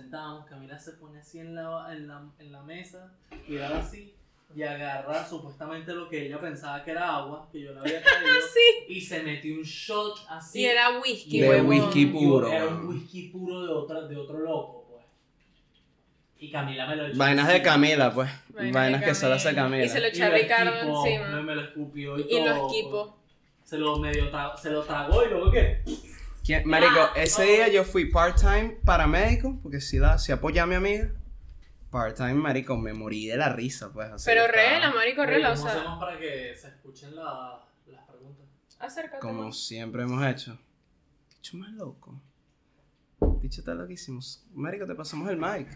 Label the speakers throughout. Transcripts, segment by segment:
Speaker 1: sentábamos, Camila se pone así en la, en la, en la mesa, tirada así, y agarrar supuestamente lo que ella pensaba que era agua, que yo la había traído,
Speaker 2: Ah, Sí.
Speaker 1: y se metió un shot así.
Speaker 2: Y era whisky,
Speaker 3: De
Speaker 2: huevón.
Speaker 3: whisky puro.
Speaker 1: Era un
Speaker 3: weón.
Speaker 1: whisky puro de, otra, de otro loco, pues. Y Camila me lo echó.
Speaker 3: Vainas de
Speaker 1: encima.
Speaker 3: Camila, pues.
Speaker 2: Vainas
Speaker 3: Vainas,
Speaker 2: de
Speaker 3: que solo hace
Speaker 2: Camila.
Speaker 3: Camila.
Speaker 2: Y se lo
Speaker 1: Y
Speaker 2: echó a Ricardo
Speaker 1: esquipó, Me,
Speaker 2: encima.
Speaker 1: me lo escupió y,
Speaker 2: Y
Speaker 1: todo. pues.
Speaker 2: lo esquipo.
Speaker 1: Se lo medio tra- se lo tragó y luego qué.
Speaker 3: ¿Quién- Marico,
Speaker 2: Ah,
Speaker 3: ese día yo fui part-time paramédico, porque si, da, si apoya a mi amiga. Part-time, marico, me morí de la risa, pues. o sea,
Speaker 2: Pero
Speaker 3: yo estaba
Speaker 2: rela, marico,
Speaker 1: Oye,
Speaker 2: rela. O
Speaker 1: ¿Cómo
Speaker 2: sea,
Speaker 1: hacemos para que se escuchen la- las preguntas?
Speaker 2: acércate.
Speaker 3: Como
Speaker 2: más.
Speaker 3: siempre hemos hecho. Dicho más loco. Dicho está loquísimo. Marico, te pasamos el mic.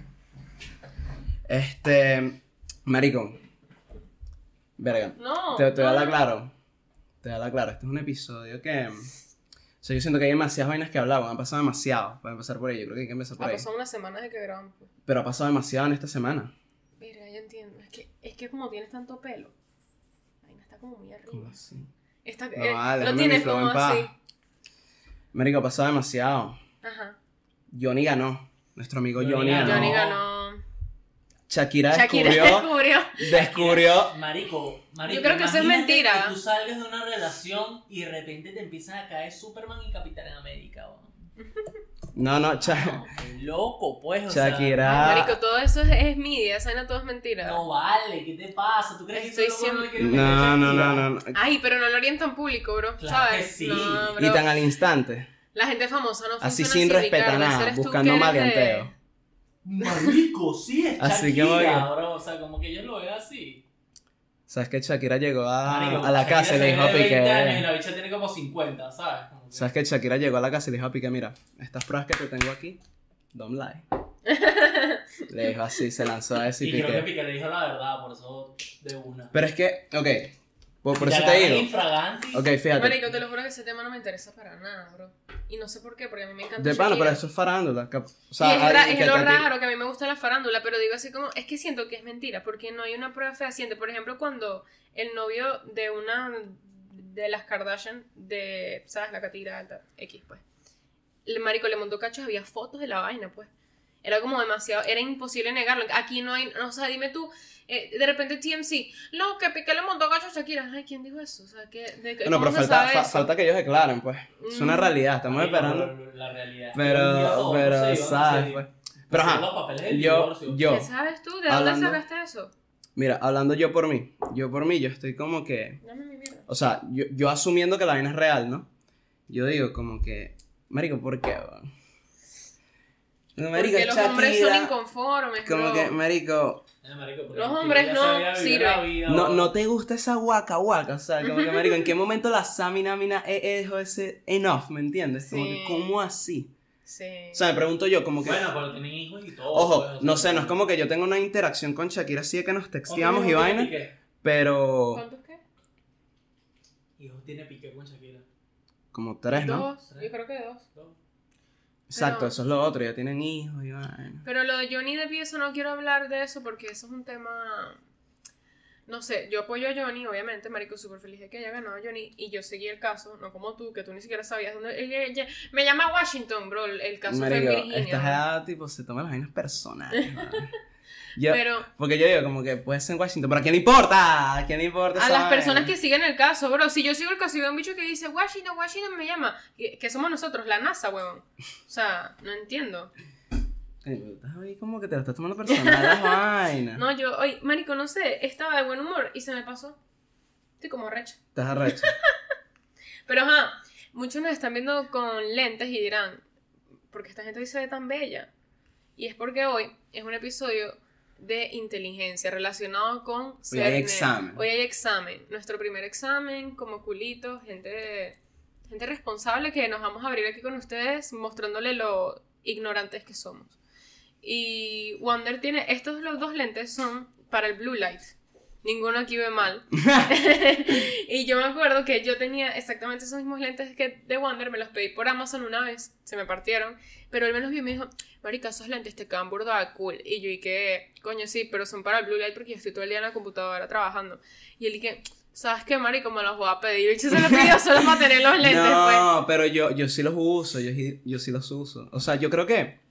Speaker 3: Este. Marico. Verga.
Speaker 2: No.
Speaker 3: Te, te voy a
Speaker 2: no,
Speaker 3: dar
Speaker 2: no.
Speaker 3: claro. Te voy a dar claro. Este es un episodio que. O sea, yo siento que hay demasiadas vainas que hablar. bueno, Han pasado demasiado. Para empezar por ahí. Yo creo que hay que empezar por
Speaker 2: Ha
Speaker 3: ahí.
Speaker 2: pasado Ah, pues unas semanas de que grabamos. pues.
Speaker 3: Pero ha pasado demasiado en esta semana.
Speaker 2: Mira, yo entiendo. Es que, es que como tienes tanto pelo, la vaina está como muy
Speaker 3: ¿Cómo
Speaker 2: arriba.
Speaker 3: así?
Speaker 2: Está,
Speaker 3: No,
Speaker 2: eh,
Speaker 3: vale, déjame
Speaker 2: lo
Speaker 3: mi
Speaker 2: tienes
Speaker 3: flow
Speaker 2: como
Speaker 3: en paz.
Speaker 2: así.
Speaker 3: Marico, ha pasado demasiado.
Speaker 2: Ajá.
Speaker 3: Johnny ganó. Nuestro amigo
Speaker 1: Johnny
Speaker 3: Johnny
Speaker 1: ganó.
Speaker 3: ganó.
Speaker 2: Johnny ganó.
Speaker 3: Shakira
Speaker 2: Shakira
Speaker 3: descubrió.
Speaker 2: descubrió.
Speaker 3: descubrió.
Speaker 1: Marico, marico.
Speaker 2: Yo creo que eso es
Speaker 1: imagínate
Speaker 2: mentira.
Speaker 1: Que tú salgas de una relación y de repente te empiezan a caer Superman y Capitán América, weón.
Speaker 3: No, no, Cha-
Speaker 1: No, qué loco, pues. O sea,
Speaker 2: Ay,
Speaker 3: Shakira.
Speaker 2: marico, todo eso es, es media, esa vaina todo es mentira.
Speaker 1: no vale, ¿qué te pasa? ¿Tú crees
Speaker 2: Estoy
Speaker 1: que eso es lo que quiere meter
Speaker 3: No, no,
Speaker 1: Shakira?
Speaker 3: no, no. no.
Speaker 2: Ay, pero no lo orientan público,
Speaker 1: Claro
Speaker 2: bro.
Speaker 1: que
Speaker 2: ¿Sabes?
Speaker 1: sí.
Speaker 2: No, bro.
Speaker 3: Y tan al instante.
Speaker 2: La gente famosa no funciona
Speaker 3: Así sin respetar
Speaker 2: Ricardo,
Speaker 3: nada.
Speaker 2: eres tú
Speaker 3: Buscando
Speaker 2: que eres de-
Speaker 3: maleanteo.
Speaker 1: Marico, sí es
Speaker 3: Así que
Speaker 1: Shakira,
Speaker 3: vaya.
Speaker 1: bro. O sea, como que ellos lo ven así.
Speaker 3: ¿Sabes que Shakira llegó Ah, a,
Speaker 1: Marico,
Speaker 3: a la
Speaker 1: Shakira
Speaker 3: casa y le
Speaker 1: se
Speaker 3: dijo a
Speaker 1: ve de 20 años y
Speaker 3: Piqué?
Speaker 1: la bicha tiene como 50, ¿sabes? Como que-
Speaker 3: ¿Sabes que Shakira llegó a la casa y le dijo a Piqué, mira, estas pruebas que te tengo aquí, don't lie? le dijo así, se lanzó a decir
Speaker 1: y creo que
Speaker 3: Piqué.
Speaker 1: Piqué le dijo la verdad, por eso de una.
Speaker 3: Pero es que, ok, por, por
Speaker 1: Ya
Speaker 3: eso
Speaker 1: la
Speaker 3: te
Speaker 1: ven
Speaker 3: digo.
Speaker 1: infraganti.
Speaker 3: Ok, fíjate.
Speaker 2: Marico, te lo juro que ese tema no me interesa para nada, bro. Y no sé por qué, porque a mí me encanta
Speaker 3: De
Speaker 2: pues,
Speaker 3: pana,
Speaker 2: Shakira.
Speaker 3: pero eso es farándula. cap- O
Speaker 2: Y es,
Speaker 3: sea,
Speaker 2: ra-
Speaker 3: hay-
Speaker 2: es
Speaker 3: que-
Speaker 2: lo
Speaker 3: que a ti-
Speaker 2: raro que a mí me gusta la farándula, pero digo así como, es que siento que es mentira, porque no hay una prueba fehaciente. Por ejemplo, cuando el novio de una de las Kardashian, de, ¿sabes? La catira alta, X, pues. El marico le montó cachos, había fotos de la vaina, pues. Era como demasiado, era imposible negarlo. Aquí no hay, o sea, dime tú, eh, de repente TMC, no, que Piqué le montó cachos a Shakira. Ay, ¿quién dijo eso? O sea, que, de,
Speaker 3: Bueno,
Speaker 2: ¿cómo
Speaker 3: pero
Speaker 2: se
Speaker 3: falta,
Speaker 2: sabe
Speaker 3: fa-
Speaker 2: eso?
Speaker 3: falta que ellos declaren, pues. Es una
Speaker 2: Mm.
Speaker 3: realidad, estamos
Speaker 1: Marico,
Speaker 3: esperando.
Speaker 1: pero La realidad. es que un día
Speaker 3: Pero,
Speaker 1: todos se
Speaker 3: pero,
Speaker 1: iban a
Speaker 3: ¿sabes?
Speaker 1: hacer-
Speaker 3: pues? Pero,
Speaker 1: hacer los
Speaker 3: ajá,
Speaker 1: papeles del
Speaker 3: yo,
Speaker 1: divorcio.
Speaker 3: yo,
Speaker 2: ¿Qué sabes tú? ¿De dónde
Speaker 3: hablando-
Speaker 2: sacaste eso?
Speaker 3: mira, hablando yo por mí, yo por mí, yo estoy como que,
Speaker 2: Dame mi mierda.
Speaker 3: o sea, yo, yo asumiendo que la vaina es real, ¿no? Yo digo como que, marico, ¿por qué? weón? No, Marico,
Speaker 2: Porque los hombres son
Speaker 3: Shakira,
Speaker 2: inconformes,
Speaker 3: Como
Speaker 2: bro.
Speaker 3: que, marico,
Speaker 1: Eh, marico, porque
Speaker 2: Los
Speaker 1: Piqué
Speaker 2: hombres
Speaker 1: ya
Speaker 2: no
Speaker 1: sabía vivir la
Speaker 2: sirven.
Speaker 1: vida,
Speaker 3: no,
Speaker 1: bro.
Speaker 3: no te gusta esa guaca guaca, o sea, como que, marico, ¿en qué momento la Samina Mina eh, eh, dejó ese enough, me entiendes? Como
Speaker 2: Sí.
Speaker 3: que, ¿cómo así?
Speaker 2: Sí.
Speaker 3: O sea, me pregunto yo, como que,
Speaker 1: Bueno, pero tienen hijos y todo. pues,
Speaker 3: Ojo,
Speaker 1: o sea,
Speaker 3: no sé, no es como que yo tenga una interacción con Shakira así de que nos
Speaker 1: ¿Cuántos
Speaker 3: texteamos
Speaker 1: hijos
Speaker 3: y
Speaker 1: tiene
Speaker 3: vaina,
Speaker 1: Piqué?
Speaker 3: pero
Speaker 2: ¿Cuántos qué?
Speaker 1: Hijos tiene Piqué con Shakira.
Speaker 3: como tres, ¿no?
Speaker 2: Dos. Yo creo que dos.
Speaker 1: ¿no?
Speaker 3: Exacto,
Speaker 2: Pero-
Speaker 3: eso es lo otro, ya tienen hijos y vaina.
Speaker 2: Pero lo de Johnny Depp y eso no quiero hablar de eso porque eso es un tema. No sé, yo apoyo a Johnny, obviamente, marico, súper feliz de que haya ganado Johnny. Y yo seguí el caso, no como tú, que tú ni siquiera sabías dónde. ella- ella- Me llama Washington, bro, el caso fue en
Speaker 3: Marico,
Speaker 2: Virginia.
Speaker 3: esta
Speaker 2: ¿no?
Speaker 3: edad, tipo, se toman las vainas personales, ¿vale? Yo-
Speaker 2: Pero
Speaker 3: Porque yo digo, como que puede ser en Washington, pero ¿a quién le importa? ¿A quién le importa
Speaker 2: a
Speaker 3: esa
Speaker 2: las personas
Speaker 3: vaina?
Speaker 2: que siguen el caso, bro, si yo sigo el caso y veo un bicho que dice Washington, Washington me llama, que que somos nosotros, la NASA, huevón. O sea, no entiendo.
Speaker 3: Ay, pero estás ahí como que te lo estás tomando personal las vainas.
Speaker 2: No, yo, oye, marico, no sé, estaba de buen humor y se me pasó. Estoy como recha.
Speaker 3: Estás arrecho.
Speaker 2: Pero ajá, muchos nos están viendo con lentes y dirán, ¿por qué esta gente hoy se ve tan bella? Y es porque hoy es un episodio de inteligencia relacionado con...
Speaker 3: Hoy hay examen.
Speaker 2: Hoy hay examen. Nuestro primer examen como culitos, gente, gente responsable que nos vamos a abrir aquí con ustedes mostrándole lo ignorantes que somos. Y Wander tiene, estos los dos lentes son para el blue light. Ninguno aquí ve mal. y yo me acuerdo que yo tenía exactamente esos mismos lentes que de Wander, me los pedí por Amazon una vez, se me partieron, pero él me los vio y me dijo, marica, esos lentes te quedan burda cool. Y yo, y que, coño, sí, pero son para el blue light porque yo estoy todo el día en la computadora trabajando. Y él, y que, ¿sabes qué, marico? Me los voy a pedir. Y yo se los pidió solo para tener los lentes, pues.
Speaker 3: No, pero yo, yo sí los uso, yo, sí- yo sí los uso. O sea, yo creo que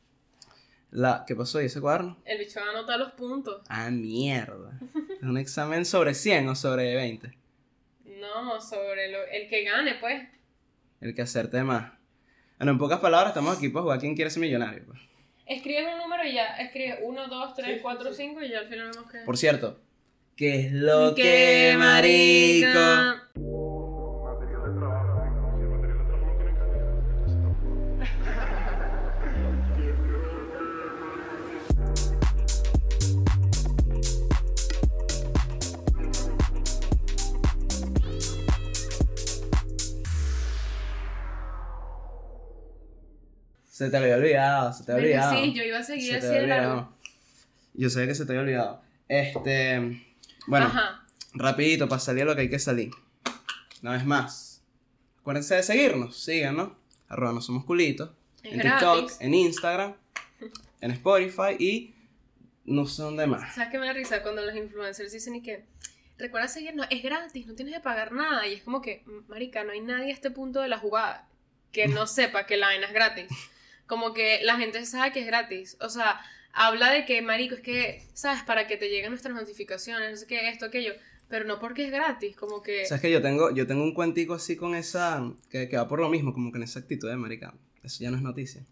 Speaker 3: La, ¿Qué pasó? ¿Y ese cuaderno?
Speaker 2: pues. El bicho va a anotar los puntos.
Speaker 3: Ah, mierda. Es un examen sobre 100 o sobre 20.
Speaker 2: No, sobre lo- el que gane, pues.
Speaker 3: El que hacerte más. Bueno, en pocas palabras, estamos aquí para jugar quién quiere ser millonario. pues.
Speaker 2: Escribes un número y ya. Escribes 1, 2, 3,
Speaker 4: Sí,
Speaker 2: 4,
Speaker 4: sí.
Speaker 2: 5 y ya al final vemos que.
Speaker 3: Por cierto, ¿qué es lo
Speaker 2: Mm, ¡Qué
Speaker 3: que, marico?
Speaker 2: marica!
Speaker 5: Material de trabajo. Si el material de trabajo no tiene calidad, entonces tampoco.
Speaker 3: Se te había olvidado, se te había
Speaker 2: Verga,
Speaker 3: olvidado.
Speaker 2: Sí, yo iba a seguir
Speaker 3: Se te
Speaker 2: así
Speaker 3: había
Speaker 2: de largo.
Speaker 3: olvidado. Yo sabía que se te había olvidado. Este, bueno,
Speaker 2: Ajá.
Speaker 3: rapidito, para salir a lo que hay que salir. Una vez más. Acuérdense de seguirnos, síganos. Arroba no somos culitos.
Speaker 2: Es
Speaker 3: en
Speaker 2: gratis.
Speaker 3: TikTok, en Instagram, en Spotify y no sé dónde más.
Speaker 2: ¿Sabes qué me da risa cuando los influencers dicen y que recuerda seguirnos, es gratis, no tienes que pagar nada? Y es como que, "Mm, marica, no hay nadie a este punto de la jugada que no sepa que la vaina es gratis. Como que la gente sabe que es gratis. O sea, habla de que, marico, es que, ¿sabes? Para que te lleguen nuestras notificaciones, no sé qué, esto, aquello. Pero no porque es gratis, como que...
Speaker 3: Sabes que yo tengo, yo tengo un cuentico así con esa, que, que va por lo mismo, como con esa actitud de marica. Eso ya no es noticia.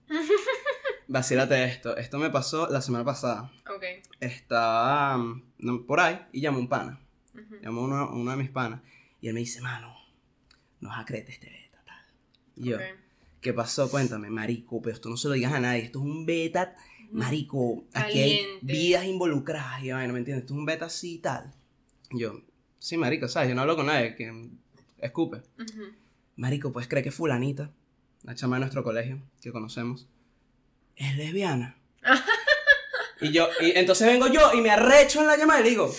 Speaker 3: Vacílate esto. Esto me pasó la semana pasada.
Speaker 2: Ok.
Speaker 3: Estaba mm, no, por ahí y llamó un pana.
Speaker 2: Ujú.
Speaker 3: Llamó uno, a uno de mis panas. Y él me dice, mano, no acretes este beta, tal. Y yo,
Speaker 2: Ok.
Speaker 3: ¿qué pasó? Cuéntame, marico, pero esto no se lo digas a nadie. Esto es un beta Marico, aquí hay
Speaker 2: Caliente.
Speaker 3: vidas involucradas y vaina, ¿me entiendes? Tú es un beta así y tal. Y Yo, sí, marico, ¿sabes? Yo no hablo con nadie que mm, escupe.
Speaker 2: Ujú.
Speaker 3: Marico, pues cree que fulanita, la chama de nuestro colegio, que conocemos, es lesbiana. y yo, y entonces vengo yo y me arrecho en la llamada y digo,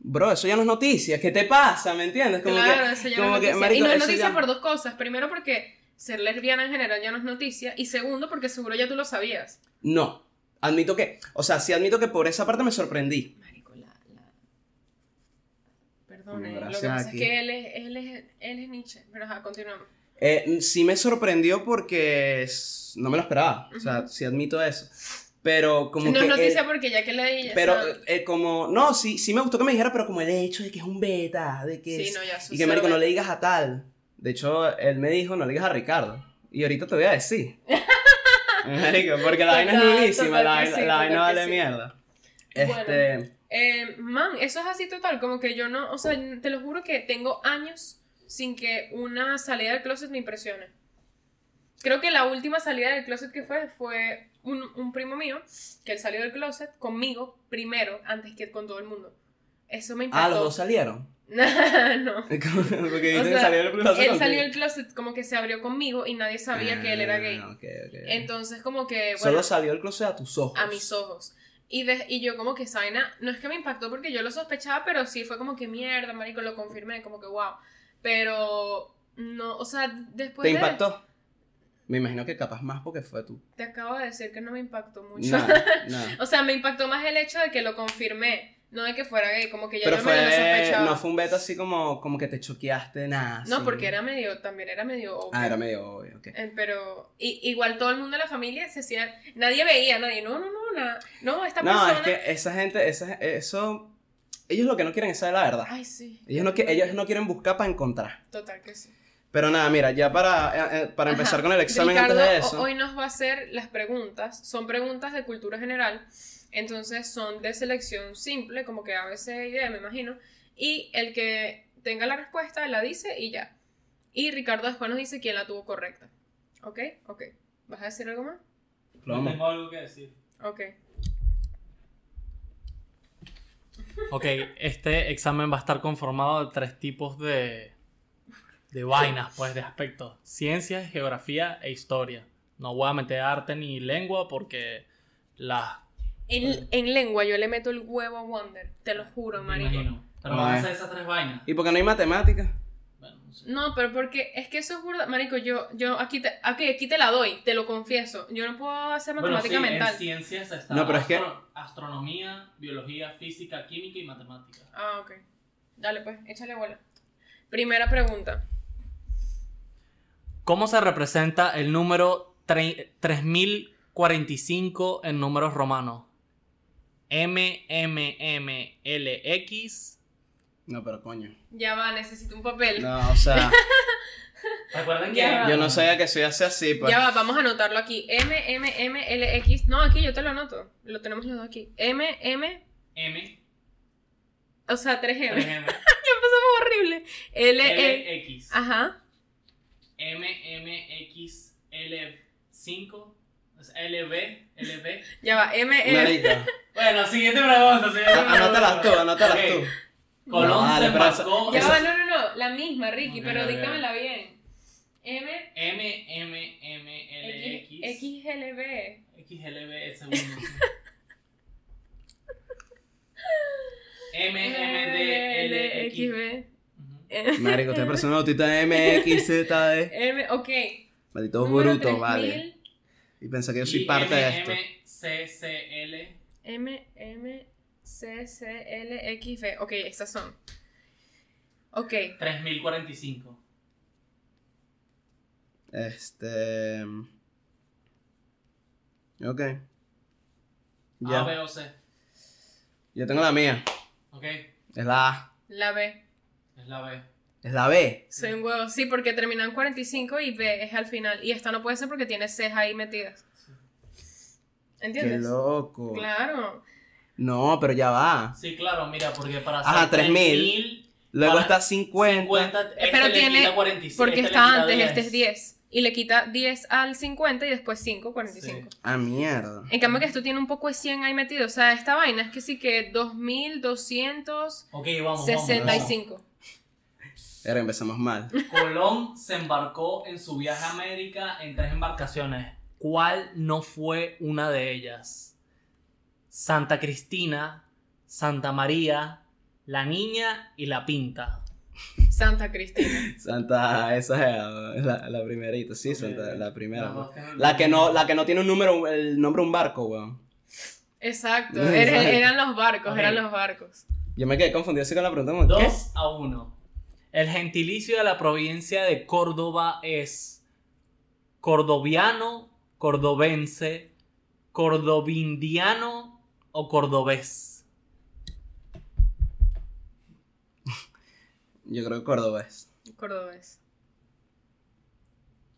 Speaker 3: bro, eso ya no es noticia, ¿qué te pasa? ¿Me entiendes? Como
Speaker 2: claro,
Speaker 3: que,
Speaker 2: eso ya
Speaker 3: como
Speaker 2: no es
Speaker 3: que,
Speaker 2: noticia. y
Speaker 3: marico,
Speaker 2: no es
Speaker 3: eso
Speaker 2: noticia
Speaker 3: ya-
Speaker 2: por dos cosas. Primero, porque ser lesbiana en general ya no es noticia. Y segundo, porque seguro ya tú lo sabías.
Speaker 3: No, admito que, o sea, sí admito que por esa parte me sorprendí.
Speaker 2: Marico, la. la- Perdón,
Speaker 3: Coño,
Speaker 2: eh, lo
Speaker 3: gracias
Speaker 2: que pasa es
Speaker 3: aquí.
Speaker 2: que él es, él es, él es Nietzsche. Pero ajá, continuamos.
Speaker 3: Eh, sí me sorprendió porque es- no me lo esperaba. O sea,
Speaker 2: Ujú.
Speaker 3: sí admito eso. Pero como
Speaker 2: no
Speaker 3: que.
Speaker 2: es noticia
Speaker 3: él-
Speaker 2: porque ya que leí.
Speaker 3: pero
Speaker 2: o sea,
Speaker 3: eh, como. No, sí, sí me gustó que me dijera, pero como el hecho de que es un beta, de que.
Speaker 2: sí,
Speaker 3: es-
Speaker 2: no, ya eso
Speaker 3: y que
Speaker 2: se lo
Speaker 3: marico, no
Speaker 2: ve.
Speaker 3: le digas a tal. De hecho, él me dijo, no le digas a Ricardo. Y ahorita te voy a decir. marico, porque la vaina
Speaker 2: Total,
Speaker 3: es nulísima,
Speaker 2: total
Speaker 3: la,
Speaker 2: que
Speaker 3: vaina-
Speaker 2: sí,
Speaker 3: la vaina
Speaker 2: total que
Speaker 3: vale
Speaker 2: sí.
Speaker 3: mierda.
Speaker 2: Bueno.
Speaker 3: Este.
Speaker 2: Eh, man, eso es así total, como que yo no, o sea, te lo juro que tengo años sin que una salida del closet me impresione. Creo que la última salida del closet que fue fue un, un primo mío, que él salió del closet conmigo primero, antes que con todo el mundo. Eso me impactó.
Speaker 3: Ah, los dos salieron.
Speaker 2: no.
Speaker 3: porque dicen
Speaker 2: O
Speaker 3: que
Speaker 2: sea,
Speaker 3: salieron los dos
Speaker 2: Él
Speaker 3: contigo.
Speaker 2: salió del closet como que se abrió conmigo y nadie sabía que él era gay.
Speaker 3: Ah, ok, ok.
Speaker 2: Entonces como que... Bueno,
Speaker 3: Solo salió el closet a tus ojos.
Speaker 2: a mis ojos. Y, de- y yo como que esa vaina, no es que me impactó porque yo lo sospechaba, pero sí fue como que mierda, marico, lo confirmé, como que wow. Pero no, o sea, después
Speaker 3: ¿Te
Speaker 2: de-
Speaker 3: impactó? Me imagino que capaz más porque fue tú.
Speaker 2: te acabo de decir que no me impactó mucho.
Speaker 3: Nada, nada.
Speaker 2: o sea, me impactó más el hecho de que lo confirmé, no de que fuera gay, como que ya
Speaker 3: Pero
Speaker 2: yo medio lo
Speaker 3: fue,
Speaker 2: sospechaba.
Speaker 3: no fue un beta así como, como que te choqueaste, nada.
Speaker 2: No,
Speaker 3: así.
Speaker 2: porque era medio, también era medio obvio.
Speaker 3: Ah, era medio obvio, ok.
Speaker 2: Eh, Pero i- igual todo el mundo de la familia se hacía, nadie veía, nadie, no, no, no, nada, no, esta
Speaker 3: No,
Speaker 2: persona...
Speaker 3: es que esa gente, esa, eso, ellos lo que no quieren es saber la verdad.
Speaker 2: Ay, sí.
Speaker 3: Ellos no, qui- ellos no quieren buscar para encontrar.
Speaker 2: Total, que sí.
Speaker 3: Pero nada, mira, ya para, eh, eh, para empezar
Speaker 2: Ajá.
Speaker 3: con el examen
Speaker 2: Ricardo
Speaker 3: antes de
Speaker 2: ho-
Speaker 3: eso.
Speaker 2: Hoy nos va a hacer las preguntas. Son preguntas de cultura general. Entonces son de selección simple, como que A, B, C y D, me imagino. Y el que tenga la respuesta la dice y ya. Y Ricardo después nos dice quién la tuvo correcta. ¿Ok? Ok. ¿Vas a decir algo más?
Speaker 3: Plomo.
Speaker 4: Tengo algo que decir.
Speaker 2: Ok.
Speaker 4: Ok, este examen va a estar conformado de tres tipos de, de vainas, pues, de aspectos. Ciencias, geografía e historia. No voy a meter arte ni lengua porque las...
Speaker 2: En, en lengua yo le meto el huevo a Wonder. Te lo juro, marico.
Speaker 1: Imagino. Pero
Speaker 3: Bueno.
Speaker 1: van a hacer esas tres vainas.
Speaker 3: eh. ¿Y porque no hay matemáticas?
Speaker 1: Bueno, no sé.
Speaker 2: No, pero porque es que eso es burda. Marico, yo, yo aquí te, aquí, aquí te la doy, te lo confieso. Yo no puedo hacer
Speaker 1: Bueno, sí,
Speaker 2: matemática mental.
Speaker 1: en ciencias está
Speaker 3: No, pero es que-
Speaker 1: astro- astronomía, biología, física, química y matemática.
Speaker 2: Ah, ok. Dale, pues, échale bola. Primera pregunta.
Speaker 4: ¿Cómo se representa el número tre- 3004? 45 en números romanos. M, M, M, L, X.
Speaker 3: No, pero coño.
Speaker 2: Ya va, necesito un papel.
Speaker 3: No, o sea,
Speaker 1: Recuerden que.
Speaker 2: Ya.
Speaker 3: yo no sabía que se hace así, pues.
Speaker 2: Ya va, vamos a anotarlo aquí. M, M, M, L, X. No, aquí yo te lo anoto. Lo tenemos los dos aquí. M, M,
Speaker 1: M,
Speaker 2: o sea,
Speaker 4: E.
Speaker 2: 3M.
Speaker 1: 3M,
Speaker 2: Empezamos horrible. L, E.
Speaker 1: LX,
Speaker 2: Ajá.
Speaker 1: MMX, L5, o sea, LB, LB.
Speaker 2: Ya va, M, M.
Speaker 3: Marica.
Speaker 1: Bueno, siguiente pregunta, siguiente
Speaker 3: a-
Speaker 1: pregunta.
Speaker 3: Anótalas tú, anótalas
Speaker 1: Ok.
Speaker 3: tú.
Speaker 1: Colón
Speaker 3: No, vale,
Speaker 1: se
Speaker 3: pero
Speaker 1: embarcó.
Speaker 2: Ya va, no, no, no. La misma, Ricky,
Speaker 1: Ok,
Speaker 2: pero
Speaker 1: ya, ya.
Speaker 2: díctamela bien. M,
Speaker 1: M, M, M, L,
Speaker 2: X,
Speaker 1: X,
Speaker 2: X, L, B.
Speaker 1: XLB, el segundo. M, M, D, L, X.
Speaker 2: B.
Speaker 1: Ujú.
Speaker 3: Marico, usted persona autista MXZD.
Speaker 2: M, ok.
Speaker 3: eh. Maldito
Speaker 2: Número
Speaker 3: bruto,
Speaker 2: 3000,
Speaker 3: vale. Y pensé que yo soy
Speaker 1: Y
Speaker 3: parte de
Speaker 1: M,
Speaker 3: esto.
Speaker 1: M, C, C, L.
Speaker 2: M, M, C, C, L, X, V. Ok, estas son. Ok.
Speaker 1: 3045.
Speaker 3: Este. Ok.
Speaker 1: A, B
Speaker 3: Ya.
Speaker 1: o C.
Speaker 3: Yo tengo la mía.
Speaker 1: Ok,
Speaker 3: Es la A.
Speaker 2: La B.
Speaker 1: es la B.
Speaker 3: Es la B.
Speaker 2: Soy un huevo. Sí, porque terminó en 45 y B es al final. Y esta no puede ser porque tiene Cs ahí metidas.
Speaker 3: Qué
Speaker 2: ¿Entiendes?
Speaker 3: loco.
Speaker 2: Claro.
Speaker 3: No, pero ya va.
Speaker 1: Sí, claro, mira, porque para
Speaker 3: Ajá,
Speaker 1: hacer
Speaker 3: 3000, Luego
Speaker 1: Para-
Speaker 3: está 50.
Speaker 1: 50, este
Speaker 2: pero
Speaker 1: le
Speaker 2: tiene-
Speaker 1: quita 45,
Speaker 2: Porque
Speaker 1: este le
Speaker 2: está
Speaker 1: quita
Speaker 2: antes, este es 10. Y le quita 10 al 50 y después 5, 45.
Speaker 3: Ah, mierda.
Speaker 2: En cambio que esto tiene un poco de 100 ahí metido. O sea, esta vaina es que sí que 2265.
Speaker 1: Ok, vamos, vamos,
Speaker 3: Ahora empezamos mal.
Speaker 1: vamos. Colón se embarcó en su viaje a América en tres embarcaciones.
Speaker 4: ¿Cuál no fue una de ellas? Santa Cristina, Santa María, La Niña y La Pinta.
Speaker 2: Santa Cristina.
Speaker 3: Santa, esa es la, la primerita. Sí, Santa, la primera.
Speaker 1: Las dos que-
Speaker 3: La que no, la que no tiene un número, el nombre de un barco, weón.
Speaker 2: Exacto.
Speaker 3: Exacto.
Speaker 2: Eran, eran los barcos,
Speaker 1: Ok.
Speaker 2: eran los barcos.
Speaker 3: Yo me quedé confundido así con la pregunta. como, ¿qué?
Speaker 1: 2 a 1.
Speaker 4: El gentilicio de la provincia de Córdoba es cordobiano, cordobense, cordobindiano o cordobés.
Speaker 3: Yo creo que cordobés.
Speaker 2: Cordobés.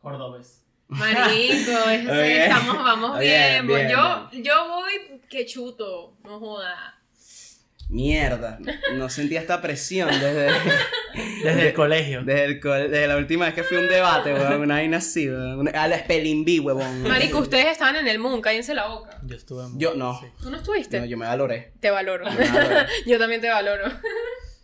Speaker 1: Cordobés.
Speaker 2: Marico, es-
Speaker 3: Muy bien.
Speaker 2: estamos, vamos
Speaker 3: Muy
Speaker 2: bien.
Speaker 3: Ah, bien,
Speaker 2: voy-
Speaker 3: bien,
Speaker 2: yo, yo voy que chuto, no joda.
Speaker 3: Mierda. No sentía esta presión desde,
Speaker 4: Desde el colegio.
Speaker 3: desde, el col- desde la última vez que fui a un debate, weón. Una vaina así, weón. Una- A la spelling bee, weón.
Speaker 2: Marico, ustedes estaban en el moon, cállense la boca.
Speaker 4: Yo estuve en-
Speaker 3: Yo no.
Speaker 4: sí.
Speaker 2: ¿Tú no estuviste?
Speaker 3: No, yo Ah. me valoré.
Speaker 2: Te valoro.
Speaker 3: Yo me valoré.
Speaker 2: yo también te valoro.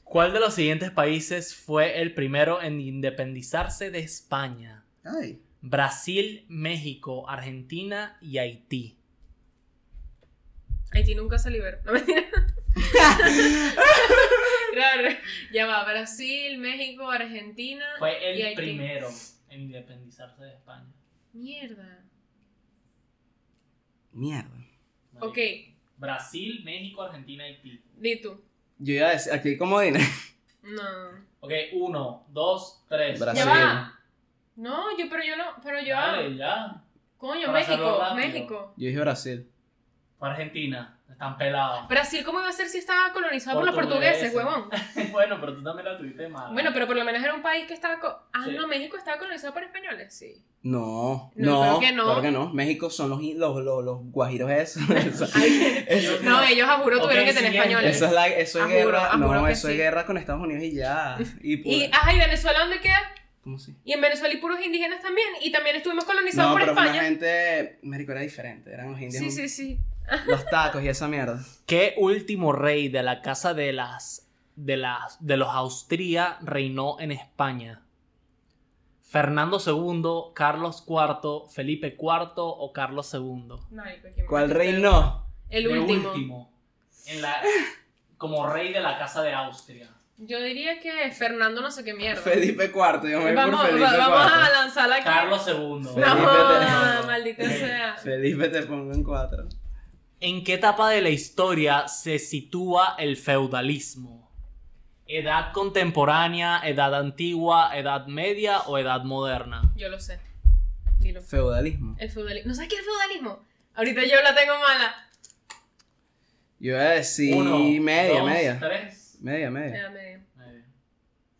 Speaker 4: ¿Cuál de los siguientes países fue el primero en independizarse de España?
Speaker 3: Ay.
Speaker 4: Brasil, México, Argentina y Haití.
Speaker 2: Haití nunca se liberó. No mentira. claro, ya va. Brasil, México, Argentina.
Speaker 1: Fue
Speaker 2: y
Speaker 1: el
Speaker 2: Haití.
Speaker 1: primero en independizarse de España.
Speaker 2: Mierda.
Speaker 3: Mierda.
Speaker 1: Marico.
Speaker 2: Ok,
Speaker 1: Brasil, México, Argentina, Haití.
Speaker 2: di tú.
Speaker 3: Yo iba a decir, aquí como dinero.
Speaker 2: No.
Speaker 1: Ok, 1, 2, 3.
Speaker 3: Brasil.
Speaker 2: Ya va. No, yo, pero yo no, pero yo.
Speaker 1: Dale, ya.
Speaker 2: Coño,
Speaker 1: Para hacerlo
Speaker 2: México,
Speaker 1: rápido.
Speaker 2: México.
Speaker 3: Yo dije Brasil.
Speaker 1: Fue Argentina. Están pelados.
Speaker 2: Brasil, ¿cómo iba a ser si estaba colonizado por los portugueses,
Speaker 1: Portugueses.
Speaker 2: huevón?
Speaker 1: bueno, pero tú también la tuviste mal.
Speaker 2: Bueno, pero por lo menos era un país que estaba. co- ah,
Speaker 1: Sí.
Speaker 2: no, México estaba colonizado por españoles, sí.
Speaker 3: No,
Speaker 2: No,
Speaker 3: no,
Speaker 2: creo que no.
Speaker 3: claro que no. México son los, los, los, los guajiros esos. Eso- eso-
Speaker 2: No, ellos a juro
Speaker 1: Ok,
Speaker 2: tuvieron que tener
Speaker 1: siguiente.
Speaker 2: españoles.
Speaker 3: eso es, la, eso es
Speaker 2: Ah, juro,
Speaker 3: guerra.
Speaker 2: ah, juro
Speaker 3: no,
Speaker 2: que
Speaker 3: eso
Speaker 2: sí.
Speaker 3: es guerra con Estados Unidos y ya. Y, por-
Speaker 2: Y, ajá, ¿y Venezuela dónde queda?
Speaker 3: ¿Cómo así?
Speaker 2: Y en Venezuela y puros indígenas también. Y también estuvimos colonizados
Speaker 3: No,
Speaker 2: por
Speaker 3: pero fue una
Speaker 2: España.
Speaker 3: gente. Marico era diferente. Eran los indios.
Speaker 2: Sí, sí, sí.
Speaker 3: Los tacos y esa mierda.
Speaker 4: ¿Qué último rey de la casa de las de las de los Austria reinó en España? Fernando II, Carlos IV, Felipe IV o Carlos II.
Speaker 2: Marico, qué
Speaker 3: ¿Cuál
Speaker 2: maldito.
Speaker 3: rey no?
Speaker 2: El
Speaker 1: De
Speaker 2: último.
Speaker 1: En la, como rey de la casa de Austria.
Speaker 2: Yo diría que Fernando no sé qué mierda.
Speaker 3: Felipe IV. Yo me voy
Speaker 2: Vamos,
Speaker 3: por Felipe
Speaker 2: va- vamos a
Speaker 3: IV.
Speaker 2: lanzarla aquí.
Speaker 1: Carlos II.
Speaker 2: no,
Speaker 3: Felipe tercero.
Speaker 2: maldito
Speaker 1: Sí.
Speaker 2: sea.
Speaker 3: Felipe te pongo en cuatro.
Speaker 4: ¿En qué etapa de la historia se sitúa el feudalismo? ¿Edad contemporánea, edad antigua, edad media o edad moderna?
Speaker 2: Yo lo sé. Dilo.
Speaker 3: Feudalismo.
Speaker 2: El feudalismo. ¿No sabes qué es el feudalismo? Ahorita yo la tengo mala.
Speaker 3: Yo iba a decir
Speaker 1: Uno,
Speaker 3: media,
Speaker 1: dos,
Speaker 3: media.
Speaker 1: Tres.
Speaker 3: Media,
Speaker 2: Me
Speaker 3: media.
Speaker 2: da medio.
Speaker 1: Media.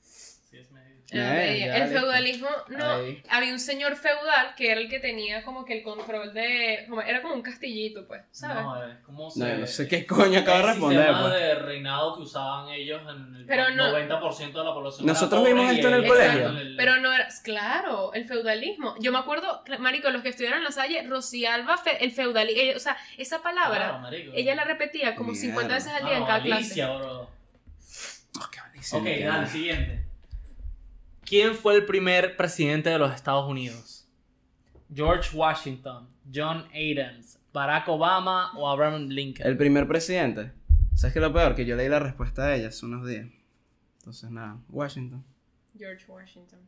Speaker 1: Sí, es media.
Speaker 2: Me da
Speaker 3: Bien,
Speaker 2: medio.
Speaker 3: Eh, ya,
Speaker 2: El
Speaker 3: listo.
Speaker 2: feudalismo, no.
Speaker 3: Ahí.
Speaker 2: Había un señor feudal que era el que tenía como que el control de. como- era como un castillito, pues, ¿sabes?
Speaker 1: No, es como
Speaker 3: No,
Speaker 1: se-
Speaker 3: yo no sé qué coño acabo de
Speaker 1: el
Speaker 3: responder.
Speaker 1: sistema
Speaker 3: pues.
Speaker 1: de reinado que usaban ellos en el
Speaker 2: Pero no-
Speaker 1: 90% de la población.
Speaker 3: Nosotros
Speaker 1: era
Speaker 3: vimos
Speaker 1: pobre
Speaker 3: esto en
Speaker 1: y
Speaker 3: el
Speaker 1: ellos
Speaker 3: colegio.
Speaker 1: eran el-
Speaker 2: Pero no era. Claro, el feudalismo. Yo me acuerdo, Marico, los que estudiaron en la Salle, Rosy Alba, fe- el feudalismo. O sea, esa palabra,
Speaker 1: Claro, marico.
Speaker 2: ella la repetía como
Speaker 3: Mierda.
Speaker 2: 50 veces al día en
Speaker 1: Ah,
Speaker 2: cada
Speaker 1: Alicia,
Speaker 2: clase.
Speaker 1: bro.
Speaker 3: Oh, qué malísimo,
Speaker 1: Ok,
Speaker 3: qué
Speaker 1: dale,
Speaker 3: mal.
Speaker 1: siguiente.
Speaker 4: ¿Quién fue el primer presidente de los Estados Unidos? George Washington, John Adams, Barack Obama o Abraham Lincoln.
Speaker 3: El primer presidente. ¿Sabes qué es lo peor? Que yo leí la respuesta de ella hace unos días. Entonces, nada, Washington.
Speaker 2: George Washington.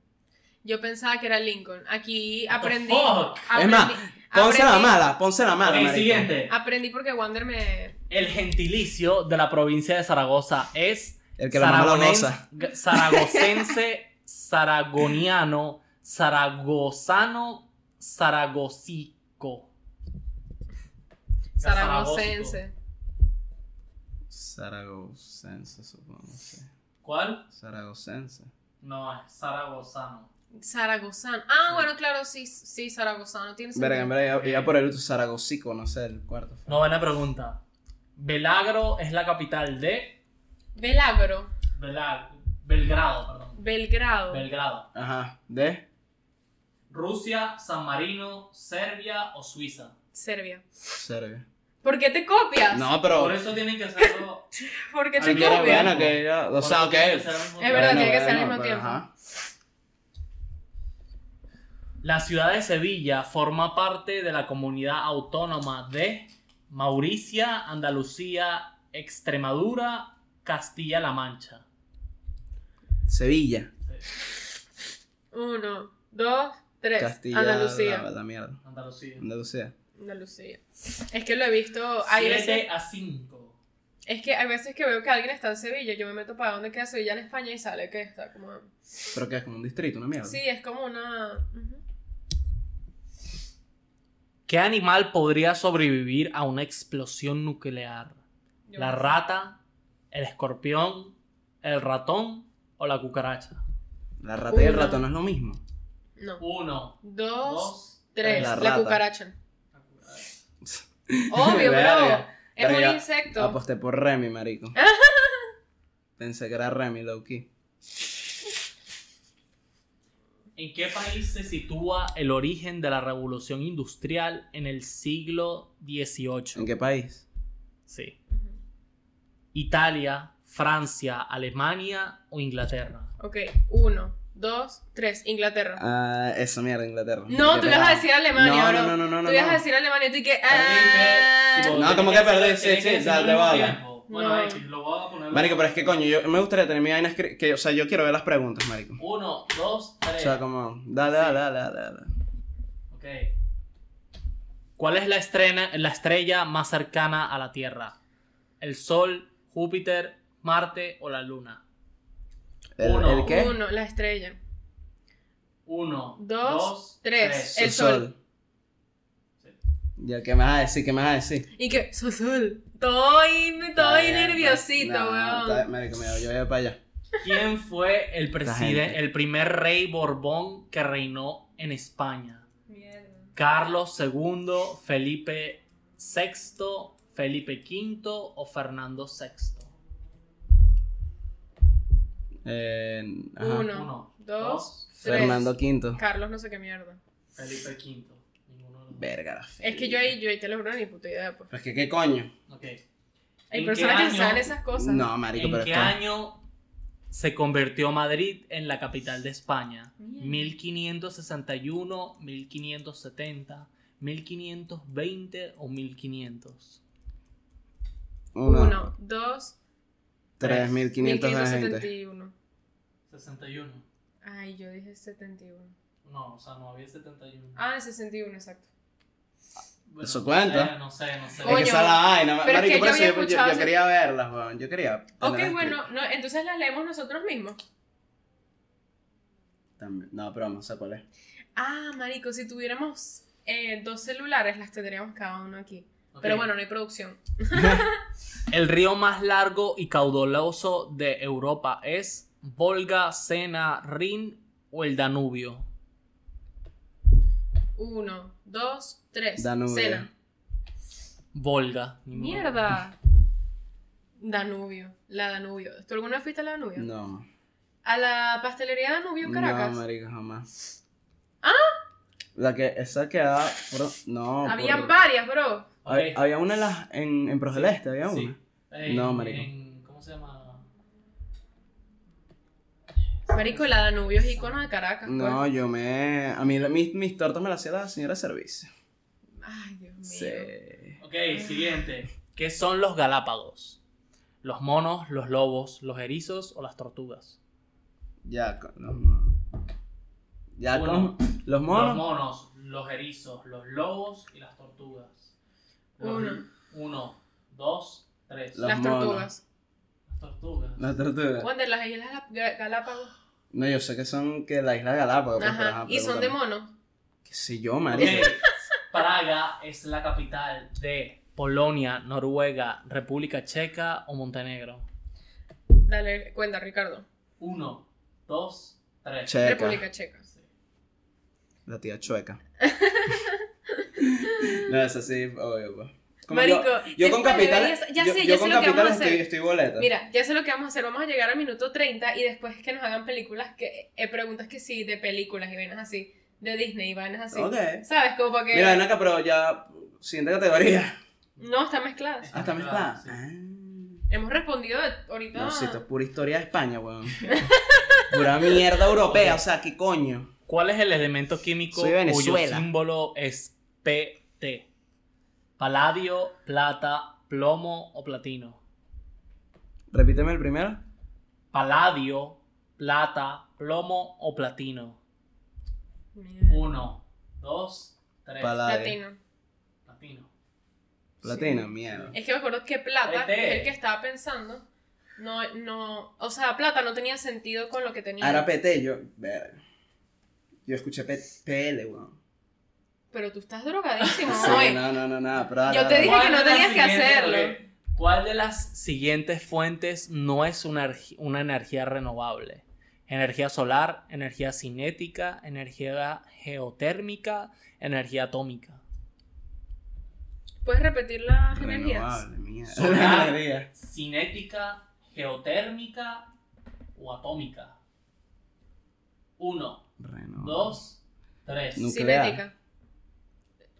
Speaker 2: Yo pensaba que era Lincoln. Aquí aprendí.
Speaker 1: fuck?
Speaker 2: aprendí
Speaker 3: Es más, Ponse la
Speaker 2: aprendí-
Speaker 3: mala, ponse la mala.
Speaker 1: Ok,
Speaker 3: marico.
Speaker 1: siguiente.
Speaker 2: Aprendí porque Wander me.
Speaker 4: El gentilicio de la provincia de Zaragoza es
Speaker 3: El que la mama la
Speaker 4: zaragonense-
Speaker 3: goza.
Speaker 4: g- zaragocense, zaragoniano, zaragozano, zaragocico.
Speaker 2: Zaragocense.
Speaker 3: Zaragozense, supongo. sí.
Speaker 1: ¿Cuál?
Speaker 3: Zaragozense.
Speaker 1: No, es zaragozano.
Speaker 2: Zaragozano. Ah, bueno, claro, sí, sí, zaragozano. Tiene
Speaker 3: Verga, en
Speaker 2: sentido.
Speaker 3: verdad, ya, ya por el Zaragocico, no sé, el cuarto.
Speaker 4: Novena pregunta. Belagro es la capital de
Speaker 2: Belagro.
Speaker 1: Bela- Belgrado, perdón.
Speaker 2: Belgrado.
Speaker 1: Belgrado.
Speaker 3: Ajá, de.
Speaker 1: Rusia, San Marino, Serbia o Suiza.
Speaker 2: Serbia.
Speaker 3: Serbia.
Speaker 2: ¿Por qué te copias?
Speaker 3: No,
Speaker 1: Por
Speaker 3: pero.
Speaker 1: eso tienen que hacerlo.
Speaker 2: ¿Por qué
Speaker 1: Ah,
Speaker 2: te
Speaker 1: claro,
Speaker 2: copias?
Speaker 3: Bueno,
Speaker 1: vean.
Speaker 3: bueno, que ya- O sea, ok.
Speaker 2: Es verdad,
Speaker 3: Bueno,
Speaker 2: tiene que ser al
Speaker 3: bueno,
Speaker 2: mismo
Speaker 3: pero
Speaker 2: tiempo.
Speaker 3: ajá.
Speaker 4: La ciudad de Sevilla forma parte de la comunidad autónoma de Mauricia, Andalucía, Extremadura, Castilla-La Mancha.
Speaker 3: Sevilla.
Speaker 2: Uno, dos, tres.
Speaker 3: Castilla.
Speaker 2: Andalucía.
Speaker 3: La, la mierda.
Speaker 1: Andalucía.
Speaker 3: Andalucía.
Speaker 2: Andalucía. Es que lo he visto. Hay veces,
Speaker 1: 7 a 5.
Speaker 2: es que hay veces que veo que alguien está en Sevilla. Yo me meto para dónde queda Sevilla en España y sale que está como.
Speaker 3: Pero que es como un distrito, una mierda.
Speaker 2: Sí, es como una. ujú.
Speaker 4: ¿Qué animal podría sobrevivir a una explosión nuclear?
Speaker 2: Yo
Speaker 4: ¿La
Speaker 2: no sé.
Speaker 4: rata, el escorpión, el ratón o la cucaracha?
Speaker 3: La rata y el
Speaker 2: Una.
Speaker 3: ratón no es lo mismo.
Speaker 2: No.
Speaker 1: 1,
Speaker 2: Dos,
Speaker 1: 2,
Speaker 2: tres.
Speaker 3: La
Speaker 2: La,
Speaker 3: rata.
Speaker 2: cucaracha. Obvio, bro.
Speaker 3: Verga.
Speaker 2: Es
Speaker 3: Verga. Ah, pues.
Speaker 2: un insecto.
Speaker 3: Aposté por Remy, marico. Pensé que era Remy, low key.
Speaker 4: ¿En qué país se sitúa el origen de la revolución industrial en el siglo
Speaker 3: ¿En
Speaker 4: XVIII?
Speaker 3: qué país?
Speaker 4: Sí.
Speaker 2: Ujú.
Speaker 4: Italia, Francia, Alemania o Inglaterra.
Speaker 2: Ok, uno, dos, tres, Inglaterra.
Speaker 3: Ah, esa mierda, Inglaterra.
Speaker 2: no,
Speaker 3: Qué
Speaker 2: tú ibas a
Speaker 3: pelada.
Speaker 2: decir Alemania,
Speaker 3: no,
Speaker 2: bro.
Speaker 3: No, no, no, no.
Speaker 2: tú ibas
Speaker 3: no.
Speaker 2: a decir Alemania y tú que. ah.
Speaker 3: No, como que perdí, sí, sí, ya, te vale.
Speaker 1: Bueno,
Speaker 2: No.
Speaker 1: X, lo voy a poner.
Speaker 3: Marico, pero es que coño, yo me gustaría tener mi vaina escri- que, o sea, yo quiero ver las preguntas, marico.
Speaker 1: 1, 2,
Speaker 3: O
Speaker 1: 3.
Speaker 3: sea, como, dale, dale, dale, dale, dale.
Speaker 1: Ok.
Speaker 4: ¿Cuál es la, estrena- la estrella más cercana a la Tierra? ¿El Sol, Júpiter, Marte o la Luna?
Speaker 3: ¿El,
Speaker 1: Uno.
Speaker 3: el qué?
Speaker 2: Uno, la estrella.
Speaker 1: 1,
Speaker 2: Dos,
Speaker 1: 2,
Speaker 2: tres.
Speaker 1: 3.
Speaker 2: El
Speaker 3: Su
Speaker 2: sol.
Speaker 1: Sí.
Speaker 3: Ya, ¿qué me vas a decir? ¿Qué me vas a decir?
Speaker 2: Y que, su sol. Estoy, me
Speaker 3: Está
Speaker 2: estoy
Speaker 3: bien,
Speaker 2: nerviosito,
Speaker 3: no,
Speaker 2: weón.
Speaker 3: está- marico, mira, yo voy para allá.
Speaker 4: ¿Quién fue el,
Speaker 3: Esta
Speaker 4: preside-
Speaker 3: gente.
Speaker 4: el primer rey Borbón que reinó en España?
Speaker 2: Mierda.
Speaker 4: ¿Carlos II, Felipe VI, Felipe V o Fernando VI?
Speaker 3: Eh, ajá.
Speaker 2: Uno,
Speaker 1: 1,
Speaker 2: dos,
Speaker 1: 2,
Speaker 2: tres.
Speaker 3: Fernando V.
Speaker 2: Carlos, no sé qué mierda.
Speaker 1: Felipe V. Ninguno de los dos.
Speaker 3: Verga, la fe.
Speaker 2: Es que yo ahí, yo ahí te lo juro ni puta idea, pues.
Speaker 3: Pero es que, ¿qué coño?
Speaker 1: Ok.
Speaker 2: Hay
Speaker 1: ¿En
Speaker 2: personas
Speaker 1: qué
Speaker 2: que
Speaker 1: año-
Speaker 2: saben esas cosas.
Speaker 3: No, marico,
Speaker 4: ¿En
Speaker 3: pero
Speaker 4: qué
Speaker 3: esto-
Speaker 4: año se convirtió Madrid en la capital de España?
Speaker 2: Mierda.
Speaker 4: 1561, 1570, 1520 o 1500.
Speaker 3: Uno,
Speaker 2: Uno, dos,
Speaker 3: 3.520.
Speaker 2: 1571.
Speaker 1: 61.
Speaker 2: Ay, yo dije 71.
Speaker 1: No, o sea, no había 71.
Speaker 2: Ah, el 61, exacto.
Speaker 1: Bueno, eh,
Speaker 3: ¿Eso cuenta?
Speaker 1: No sé, no sé.
Speaker 3: Es que
Speaker 2: Coño.
Speaker 3: esa es la vaina,
Speaker 2: Pero es
Speaker 3: marico,
Speaker 2: que
Speaker 3: por
Speaker 2: yo
Speaker 3: eso
Speaker 2: había
Speaker 3: yo, yo-
Speaker 2: escuchado
Speaker 3: yo
Speaker 2: ese-
Speaker 3: quería verlas, weón. Yo quería. tenerlas
Speaker 2: Ok,
Speaker 3: escritas.
Speaker 2: bueno, no, entonces las leemos nosotros mismos.
Speaker 3: También- No, pero vamos a cuál es.
Speaker 2: Ah, marico, si tuviéramos eh, dos celulares las tendríamos cada uno aquí.
Speaker 4: Ok.
Speaker 2: Pero bueno, no hay producción.
Speaker 4: El río más largo y caudaloso de Europa es Volga, Sena, Rin o el Danubio.
Speaker 2: Uno, dos, tres.
Speaker 3: Danubio.
Speaker 2: Cena.
Speaker 4: Volga. Ni modo.
Speaker 2: Mierda. Danubio. La Danubio. ¿Tú alguna vez fuiste a la Danubio?
Speaker 3: No.
Speaker 2: A la pastelería Danubio en Caracas.
Speaker 3: No, marica, jamás. ¿Ah? La que, esa quedaba, por- no.
Speaker 2: Había
Speaker 3: por-
Speaker 2: varias, bro.
Speaker 3: Hay-
Speaker 4: Ok.
Speaker 3: Había una en, las- en, en Progeleste, había
Speaker 4: Sí.
Speaker 3: una.
Speaker 4: Eh,
Speaker 3: No, marico.
Speaker 4: en- ¿Cómo se llama?
Speaker 2: Marico, la Danubio es icono de Caracas. pues.
Speaker 3: No, yo me. A mí la- mis, mis tortas me las hacía la señora de servicio.
Speaker 2: pues. Ay, Dios mío.
Speaker 3: Sí.
Speaker 1: Ok, siguiente.
Speaker 4: ¿Qué son los Galápagos? Los monos, los lobos, los erizos o las tortugas.
Speaker 3: Ya con los monos. Ya
Speaker 1: Uno.
Speaker 3: con los monos.
Speaker 1: Los monos, los erizos, los lobos y las tortugas. Los-
Speaker 2: Uno.
Speaker 1: Uno, dos, tres.
Speaker 3: Los
Speaker 2: Las
Speaker 3: monos.
Speaker 2: tortugas.
Speaker 1: Las tortugas.
Speaker 3: Las tortugas.
Speaker 2: Wander, las islas Gala- Ga- Galápagos.
Speaker 3: No, yo sé que son que la isla de Galápagos. pues, pero,
Speaker 2: Ajá.
Speaker 3: ajá,
Speaker 2: Y son de
Speaker 3: pregúntame.
Speaker 2: mono.
Speaker 3: Qué sé yo,
Speaker 1: Ok,
Speaker 3: marica.
Speaker 1: Praga es la capital de.
Speaker 4: Polonia, Noruega, República Checa o Montenegro.
Speaker 2: Dale cuenta, Ricardo.
Speaker 1: Uno, dos, tres.
Speaker 3: Checa.
Speaker 2: República Checa.
Speaker 1: Sí.
Speaker 3: La tía chueca. no, eso sí, obvio, pues. Como
Speaker 2: Marico,
Speaker 3: yo, yo
Speaker 2: después
Speaker 3: con capitales.
Speaker 2: deberías- ya
Speaker 3: yo,
Speaker 2: sé,
Speaker 3: yo
Speaker 2: ya sé
Speaker 3: con
Speaker 2: lo que vamos
Speaker 3: capitales
Speaker 2: a hacer.
Speaker 3: estoy, estoy boleta.
Speaker 2: Mira, ya sé lo que vamos a hacer. Vamos a llegar al minuto 30 y después que nos hagan películas, que eh, preguntas que sí, de películas y vainas así, de Disney y vainas así.
Speaker 3: Ok.
Speaker 2: ¿Sabes? Como para que.
Speaker 3: Mira, ven acá, pero ya. Siguiente categoría.
Speaker 2: No, están mezcladas.
Speaker 3: Hasta
Speaker 1: Claro,
Speaker 3: mezclada.
Speaker 1: sí.
Speaker 3: Ah.
Speaker 2: Hemos respondido de- ahorita.
Speaker 3: No, si esto es pura historia de España, weón. Pura mierda europea, o sea, ¿qué coño?
Speaker 4: ¿Cuál es el elemento químico
Speaker 3: Soy
Speaker 4: cuyo
Speaker 3: Venezuela.
Speaker 4: símbolo es PT? Paladio, plata, plomo o platino.
Speaker 3: Repíteme el primero.
Speaker 4: Paladio, plata, plomo o platino.
Speaker 2: Mira.
Speaker 1: Uno, dos, tres.
Speaker 3: Paladio.
Speaker 2: Latino.
Speaker 1: Platino.
Speaker 3: Platino, mierda.
Speaker 2: Es que me acuerdo que plata,
Speaker 1: Vete.
Speaker 2: que es el que estaba pensando, no, no. O sea, plata no tenía sentido con lo que tenía.
Speaker 3: Ahora PT, yo. verga. Yo escuché P- PL, weón.
Speaker 2: Pero tú estás drogadísimo,
Speaker 3: Sí,
Speaker 2: hoy.
Speaker 3: no, no, no, no, pero.
Speaker 2: eh. Yo
Speaker 3: no,
Speaker 2: te
Speaker 3: no.
Speaker 2: dije que no
Speaker 1: de las
Speaker 2: tenías que
Speaker 1: siguientes-
Speaker 2: hacerlo.
Speaker 1: ok, ¿Cuál de las
Speaker 4: Las siguientes fuentes no es una, ergi- una energía renovable. Energía solar, energía cinética, energía geotérmica, energía atómica.
Speaker 2: ¿Puedes repetir las energías?
Speaker 3: Renovable, mierda.
Speaker 1: Solar.
Speaker 3: Energía.
Speaker 1: cinética, geotérmica o atómica? Uno,
Speaker 3: Renovable.
Speaker 1: dos, tres.
Speaker 3: No. Nuclear.
Speaker 2: Cinética.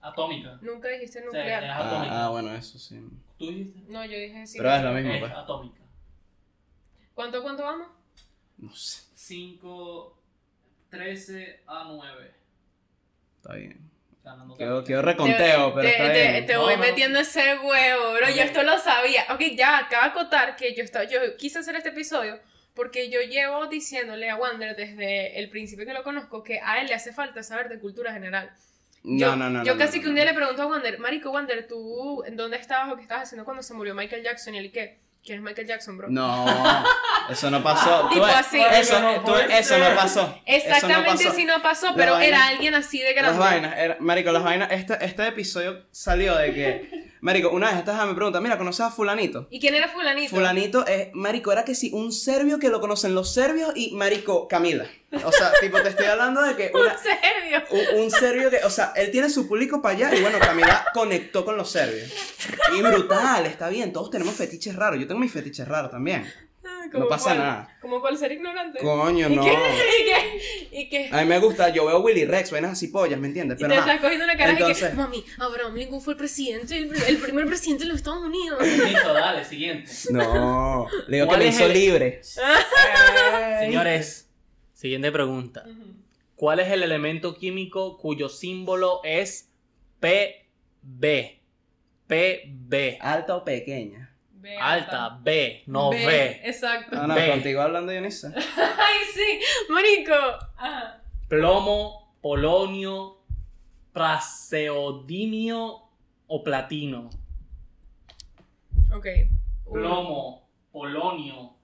Speaker 1: Atómica.
Speaker 2: Nunca dijiste
Speaker 1: O sea, es
Speaker 2: nuclear.
Speaker 1: atómica.
Speaker 3: Ah, ah, bueno, eso sí.
Speaker 1: ¿Tú dijiste?
Speaker 2: No, yo dije
Speaker 3: Pero es
Speaker 2: cinética.
Speaker 3: lo mismo,
Speaker 1: Es
Speaker 3: pues.
Speaker 1: atómica.
Speaker 2: ¿Cuánto, cuánto vamos?
Speaker 3: No sé,
Speaker 1: 5, 13 a 9.
Speaker 3: está bien.
Speaker 1: Ganando
Speaker 3: Quedó,
Speaker 1: también.
Speaker 3: quedó reconteo,
Speaker 2: te,
Speaker 3: pero está
Speaker 2: te-
Speaker 3: bien.
Speaker 2: te voy
Speaker 1: No, no.
Speaker 2: metiendo ese huevo, bro. Yo
Speaker 1: Ok.
Speaker 2: esto lo sabía. Ok, ya, acabo de acotar que yo, estaba, yo quise hacer este episodio porque yo llevo diciéndole a Wander desde el principio que lo conozco que a él le hace falta saber de cultura general.
Speaker 3: No,
Speaker 2: yo,
Speaker 3: no, no.
Speaker 2: Yo
Speaker 3: no,
Speaker 2: casi
Speaker 3: no,
Speaker 2: que un
Speaker 3: no.
Speaker 2: día le pregunto a Wander, Marico, Wander, ¿tú en dónde estabas o qué estabas haciendo cuando se murió Michael Jackson? Y él, ¿qué? ¿Quién es Michael Jackson, bro?
Speaker 3: No, eso no pasó. Tú
Speaker 2: Ah, Tipo
Speaker 3: ves,
Speaker 2: así.
Speaker 3: Eso,
Speaker 1: No
Speaker 3: tú-
Speaker 1: puede
Speaker 3: eso no
Speaker 1: ser.
Speaker 3: pasó.
Speaker 2: Exactamente,
Speaker 3: eso no pasó.
Speaker 2: sí no pasó,
Speaker 3: La
Speaker 2: pero
Speaker 3: vaina-
Speaker 2: era alguien así de grande.
Speaker 3: Las vainas, era- Marico, las vainas. Este, este episodio salió de que. Marico, una vez estas me pregunta, mira, ¿conoces a Fulanito?
Speaker 2: ¿Y quién era fulanito?
Speaker 3: Fulanito es, Marico, era que sí, un serbio que lo conocen los serbios y Marico Camila. O sea, tipo, te estoy hablando de que
Speaker 2: Un
Speaker 3: una-
Speaker 2: serbio.
Speaker 3: un, un serbio que, o sea, él tiene su público para allá y bueno, Camila conectó con los serbios. Y brutal, está bien, todos tenemos fetiches raros. Yo tengo mis fetiches raros también.
Speaker 2: Ay,
Speaker 3: No
Speaker 2: Ah, como
Speaker 3: pasa
Speaker 2: cual-
Speaker 3: nada.
Speaker 2: Como cual ser ignorante.
Speaker 3: Coño,
Speaker 2: ¿Y
Speaker 3: no.
Speaker 2: qué? ¿Y qué? ¿Y qué?
Speaker 3: A mí me gusta, yo veo Willy Rex, vainas así pollas, ¿me entiendes?
Speaker 2: Y
Speaker 3: Pero
Speaker 2: te
Speaker 3: ajá.
Speaker 2: estás cogiendo una cara de
Speaker 3: Entonces-
Speaker 2: que, mami, Abraham Lincoln fue el presidente, el, el primer presidente de los Estados Unidos.
Speaker 1: Listo, dale, siguiente.
Speaker 3: No, le digo que
Speaker 4: ¿Cuál
Speaker 3: me
Speaker 4: es
Speaker 3: hizo
Speaker 4: el-
Speaker 3: libre.
Speaker 4: Señores, siguiente pregunta. ¿Cuál es el elemento químico cuyo símbolo es PB? PB.
Speaker 3: ¿Alta o pequeña?
Speaker 2: Ve,
Speaker 4: Alta, B, no
Speaker 2: Ve,
Speaker 4: B.
Speaker 2: Exacto.
Speaker 3: Ah, no,
Speaker 4: Ve.
Speaker 3: contigo hablando yo ni sé.
Speaker 2: Ay, sí, marico. Ajá.
Speaker 4: Plomo, polonio, praseodimio o platino.
Speaker 2: Ok. Uh,
Speaker 1: Plomo, polonio,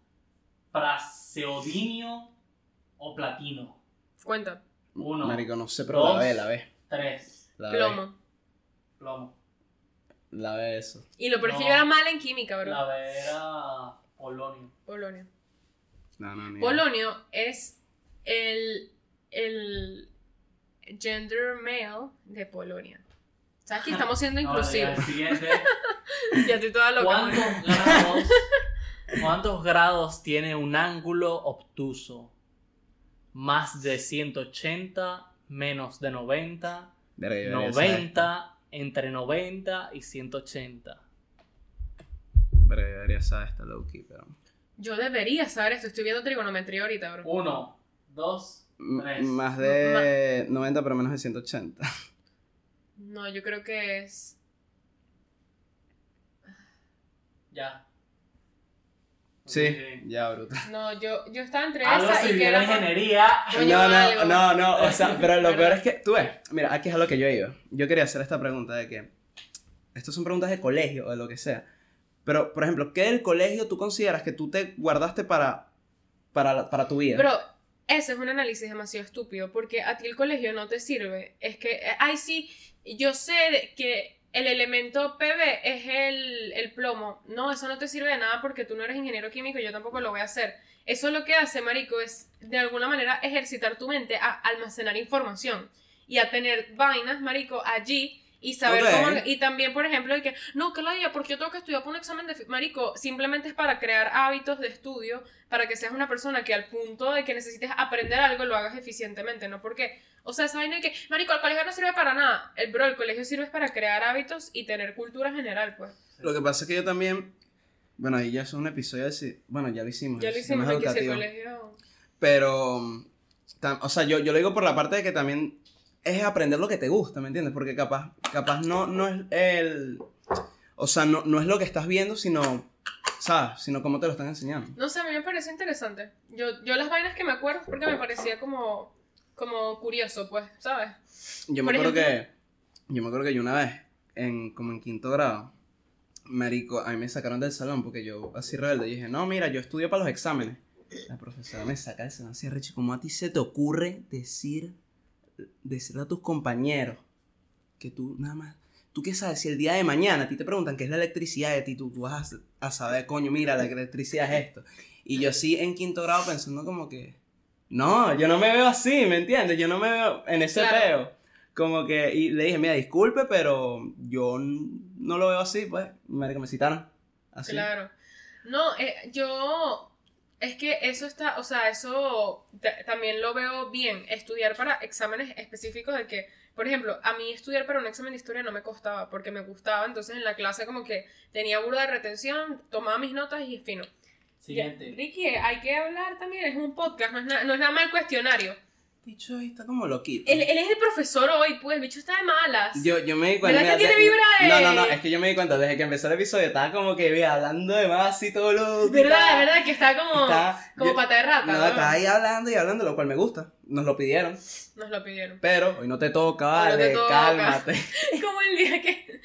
Speaker 1: praseodimio o platino.
Speaker 2: Cuenta.
Speaker 1: Uno,
Speaker 3: Marico, no sé,
Speaker 1: Dos.
Speaker 3: pero la ve, la ve.
Speaker 1: tres,
Speaker 3: La ve-
Speaker 2: Plomo.
Speaker 1: Plomo.
Speaker 3: La ve eso.
Speaker 2: Y lo peor es que
Speaker 1: No.
Speaker 2: yo era mala en química, bro.
Speaker 1: La B era Polonio.
Speaker 2: Polonio.
Speaker 3: No, no, ni idea.
Speaker 2: Polonio es el, el gender male de Polonia. ¿Sabes que
Speaker 3: Ah.
Speaker 2: estamos siendo
Speaker 1: Ahora, ya,
Speaker 2: inclusivos?
Speaker 1: el siguiente.
Speaker 2: ya estoy toda loca.
Speaker 1: ¿Cuántos
Speaker 2: marico.
Speaker 1: grados?
Speaker 4: ¿Cuántos grados tiene un ángulo obtuso? Más de 180, menos de 90,
Speaker 3: Verga, yo debería saber esto.
Speaker 4: 90, entre 90 y 180.
Speaker 3: Verga, yo debería saber esta Loki, pero.
Speaker 2: Yo debería saber esto. Estoy viendo trigonometría ahorita, bro.
Speaker 1: Uno, dos,
Speaker 3: M-
Speaker 1: tres.
Speaker 3: Más de 90, pero menos de 180.
Speaker 2: No, yo creo que es.
Speaker 1: Ya.
Speaker 3: Sí,
Speaker 1: Ok.
Speaker 3: ya, bruto.
Speaker 2: No, yo, yo estaba entre
Speaker 1: Algo
Speaker 2: esa Ah, y
Speaker 1: sirvió
Speaker 2: que
Speaker 1: la
Speaker 2: era. por-
Speaker 1: ingeniería.
Speaker 2: Coño,
Speaker 3: No, no,
Speaker 2: algo.
Speaker 3: no, no, o sea, pero lo peor es que, tú ves, mira, aquí es a lo que yo iba. Yo quería hacer esta pregunta de que, estas son preguntas de colegio o de lo que sea, pero, por ejemplo, ¿qué del colegio tú consideras que tú te guardaste para, para, la- para tu vida?
Speaker 2: Bro, ese es un análisis demasiado estúpido porque a ti el colegio no te sirve. Es que, eh, ay, sí, yo sé de- que el elemento PB es el, el plomo. No, eso no te sirve de nada porque tú no eres ingeniero químico y yo tampoco lo voy a hacer. Eso lo que hace, Marico, es de alguna manera ejercitar tu mente a almacenar información y a tener vainas, Marico, allí. Y saber
Speaker 3: Ok.
Speaker 2: cómo. Y también, por ejemplo, el que. No, que lo diga, porque yo tengo que estudiar para un examen de. fi-". Marico, simplemente es para crear hábitos de estudio para que seas una persona que al punto de que necesites aprender algo lo hagas eficientemente, ¿no? Porque, o sea, esa vaina de que, marico, el colegio no sirve para nada. El bro, el colegio sirve para crear hábitos y tener cultura general, pues.
Speaker 3: Lo que pasa es que yo también, bueno, ahí ya es un episodio, de si- bueno, ya lo hicimos.
Speaker 2: Ya lo
Speaker 3: el
Speaker 2: hicimos
Speaker 3: sistema
Speaker 2: aquí, si el
Speaker 3: Pues, educativo.
Speaker 2: colegio...
Speaker 3: Pero, mm, tam- o sea, yo, yo lo digo por la parte de que también es aprender lo que te gusta, ¿me entiendes? Porque capaz, capaz no, no es el... O sea, no, no es lo que estás viendo, sino, ¿sabes? Sino cómo te lo están enseñando.
Speaker 2: No sé, a mí me pareció interesante. Yo, yo las vainas que me acuerdo es porque me parecía como, como curioso, pues, ¿sabes?
Speaker 3: Yo me
Speaker 2: Por
Speaker 3: acuerdo
Speaker 2: ejemplo-
Speaker 3: que... Yo me acuerdo que yo una vez, en, como en quinto grado, marico, a mí me sacaron del salón porque yo, así rebelde, dije, no, mira, yo estudio para los exámenes. La profesora me saca del salón así, Richie, ¿cómo a ti se te ocurre decir, decirle a tus compañeros que tú nada más... ¿Tú qué sabes? Si el día de mañana a ti te preguntan qué es la electricidad de ti, tú, tú vas a, a saber, coño, mira, la electricidad es esto. Y yo sí en quinto grado pensando como que... No, yo no me veo así, ¿me entiendes? Yo no me veo en ese
Speaker 2: Claro.
Speaker 3: peo. Como que... Y le dije, mira, disculpe, pero yo n- no lo veo así, pues. Marico, me citaron. Así.
Speaker 2: Claro. No, eh, yo. Es que eso está. O sea, eso ta- también lo veo bien. Estudiar para exámenes específicos de que. Por ejemplo, a mí estudiar para un examen de historia no me costaba porque me gustaba. Entonces en la clase, como que tenía burda de retención, tomaba mis notas y fino. Ya,
Speaker 1: Siguiente.
Speaker 2: Ricky, hay que hablar también. Es un podcast, no es, na- no es nada más el cuestionario.
Speaker 3: Dicho ahí está como loquito.
Speaker 2: Él, él es el profesor hoy, pues el bicho está de malas.
Speaker 3: Yo, yo me di cuenta.
Speaker 2: ¿Verdad que
Speaker 3: mira,
Speaker 2: tiene vibra de-
Speaker 3: No, no, no, es que yo me di cuenta, desde que empezó el episodio estaba como que mira, hablando de más así todo lo.
Speaker 2: ¿Verdad? ¿Verdad? Que está como,
Speaker 3: Está-
Speaker 2: como
Speaker 3: yo-
Speaker 2: pata de rata.
Speaker 3: No,
Speaker 2: ¿no?
Speaker 3: está ahí hablando y hablando, lo cual me gusta. Nos lo pidieron.
Speaker 2: Nos lo pidieron.
Speaker 3: Pero hoy no te toca,
Speaker 2: Hoy no te
Speaker 3: vale,
Speaker 2: toca.
Speaker 3: cálmate.
Speaker 2: como el día que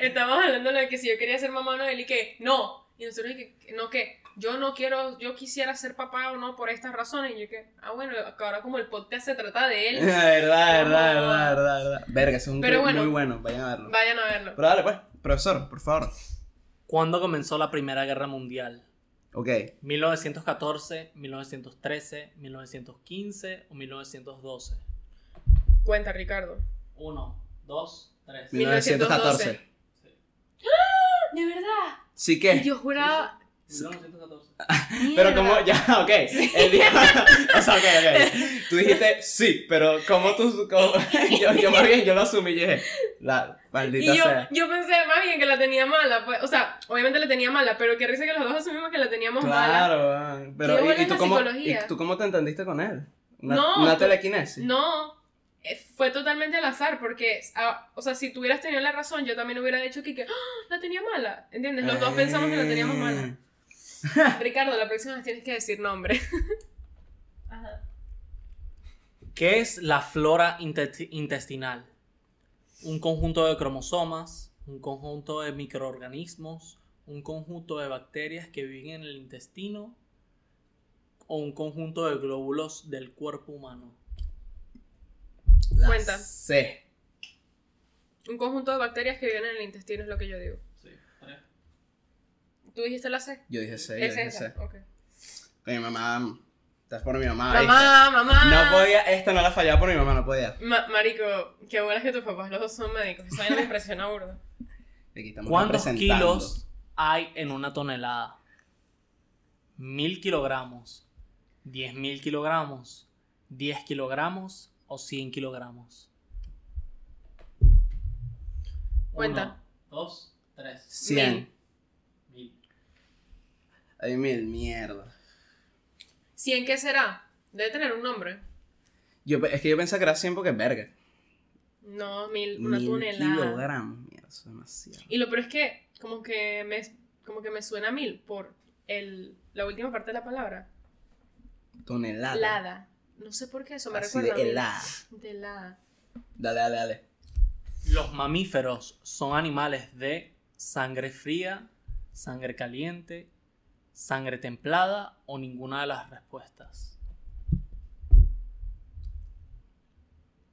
Speaker 2: estábamos hablando de que si yo quería ser mamá o no, él y que no. Y nosotros y que no, que yo no quiero, yo quisiera ser papá o no por estas razones. Y yo que, ah, bueno, ahora como el podcast se trata de
Speaker 3: La
Speaker 2: él,
Speaker 3: verdad,
Speaker 2: No.
Speaker 3: verdad, verdad, verdad, verdad. Verga, eso es un
Speaker 2: Pero
Speaker 3: clip
Speaker 2: bueno.
Speaker 3: muy bueno, vayan a verlo.
Speaker 2: vayan a verlo.
Speaker 3: Pero dale, pues, profesor, por favor.
Speaker 4: ¿Cuándo comenzó la Primera Guerra Mundial?
Speaker 3: Ok,
Speaker 4: ¿1914, 1913, 1915 o 1912?
Speaker 2: Cuenta, Ricardo.
Speaker 1: Uno, dos, tres.
Speaker 3: 1914.
Speaker 2: 1912. ¿De verdad?
Speaker 3: Sí
Speaker 2: Y
Speaker 3: que.
Speaker 2: yo juraba...
Speaker 1: 1914.
Speaker 3: Pero
Speaker 2: mierda.
Speaker 3: como, ya, ok. El día. o sea, ok, ok. Tú dijiste sí, pero como tú. cómo- yo, yo más bien, yo lo asumí y dije, la
Speaker 2: Y
Speaker 3: maldita
Speaker 2: yo,
Speaker 3: sea.
Speaker 2: yo pensé más bien que la tenía mala, pues, o sea, obviamente la tenía mala, pero qué risa que los dos asumimos que la teníamos mala.
Speaker 3: Claro, ah, pero
Speaker 2: Qué
Speaker 3: ¿y- ¿y,
Speaker 2: bola
Speaker 3: tú
Speaker 2: la
Speaker 3: cómo, ¿y
Speaker 2: psicología.
Speaker 3: tú cómo te entendiste con él? ¿Una,
Speaker 2: No,
Speaker 3: una
Speaker 2: tú-
Speaker 3: telequinesis?
Speaker 2: No, eh, fue totalmente al azar, porque, ah, o sea, si tú hubieras tenido la razón, yo también hubiera dicho que, que, "Ah, la tenía mala, ¿entiendes? Los
Speaker 3: Eh.
Speaker 2: dos pensamos que la teníamos mala. Ricardo, la próxima vez tienes que decir nombre.
Speaker 4: ¿Qué es la flora inte- intestinal? Un conjunto de cromosomas, un conjunto de microorganismos, un conjunto de bacterias que viven en el intestino o un conjunto de glóbulos del cuerpo humano.
Speaker 3: La
Speaker 2: Cuenta.
Speaker 3: C.
Speaker 2: Un conjunto de bacterias que viven en el intestino es lo que yo digo.
Speaker 1: Sí, tres.
Speaker 2: ¿Tú dijiste la C?
Speaker 3: Yo dije seis,
Speaker 2: Es
Speaker 3: yo dije
Speaker 2: esa.
Speaker 3: seis.
Speaker 2: ok.
Speaker 3: Coño, mamá. Estás por mi mamá. ¿viste?
Speaker 2: Mamá, mamá.
Speaker 3: No podía, esta no la fallaba por mi mamá, no podía.
Speaker 2: Ma- marico, qué bueno es que tus papás los dos son médicos. Esa vaina me impresiona burda.
Speaker 3: Aquí estamos
Speaker 4: ¿Cuántos
Speaker 3: representando.
Speaker 4: kilos hay en una tonelada? ¿Mil kilogramos? ¿Diez mil kilogramos? ¿Diez kilogramos o cien kilogramos?
Speaker 2: Cuenta.
Speaker 1: Uno, dos, tres.
Speaker 3: Cien.
Speaker 2: Mil.
Speaker 1: Mil.
Speaker 3: Ay, mil, mierda.
Speaker 2: ¿Cien qué será? Debe tener un nombre.
Speaker 3: Yo, pe- es que yo pensaba que era 100 porque verga.
Speaker 2: No, mil, una
Speaker 3: Mil
Speaker 2: tonelada.
Speaker 3: kilogramos, mierda, eso es demasiado.
Speaker 2: Y lo peor es que como que me, como que me suena a mil por el, la última parte de la palabra.
Speaker 3: Tonelada.
Speaker 2: Lada. No sé por qué eso me
Speaker 3: Así
Speaker 2: recuerda a
Speaker 3: de
Speaker 2: mil.
Speaker 3: helada.
Speaker 2: De lada.
Speaker 3: Dale, dale, dale.
Speaker 4: Los mamíferos son animales de sangre fría, sangre caliente, sangre templada o ninguna de las respuestas.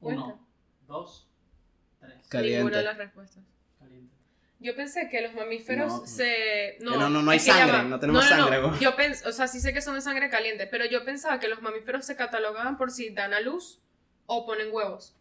Speaker 1: Uno,
Speaker 2: Cuenta.
Speaker 1: dos, tres.
Speaker 3: Caliente.
Speaker 2: Ninguna de las respuestas.
Speaker 1: Caliente.
Speaker 2: Yo pensé que los mamíferos
Speaker 3: No.
Speaker 2: se... No,
Speaker 3: Eh, no, no, no hay
Speaker 2: es que ya
Speaker 3: sangre,
Speaker 2: va.
Speaker 3: no tenemos sangre, bo.
Speaker 2: Yo pens... O sea, sí sé que son de sangre caliente, pero yo pensaba que los mamíferos se catalogaban por si dan a luz o ponen huevos.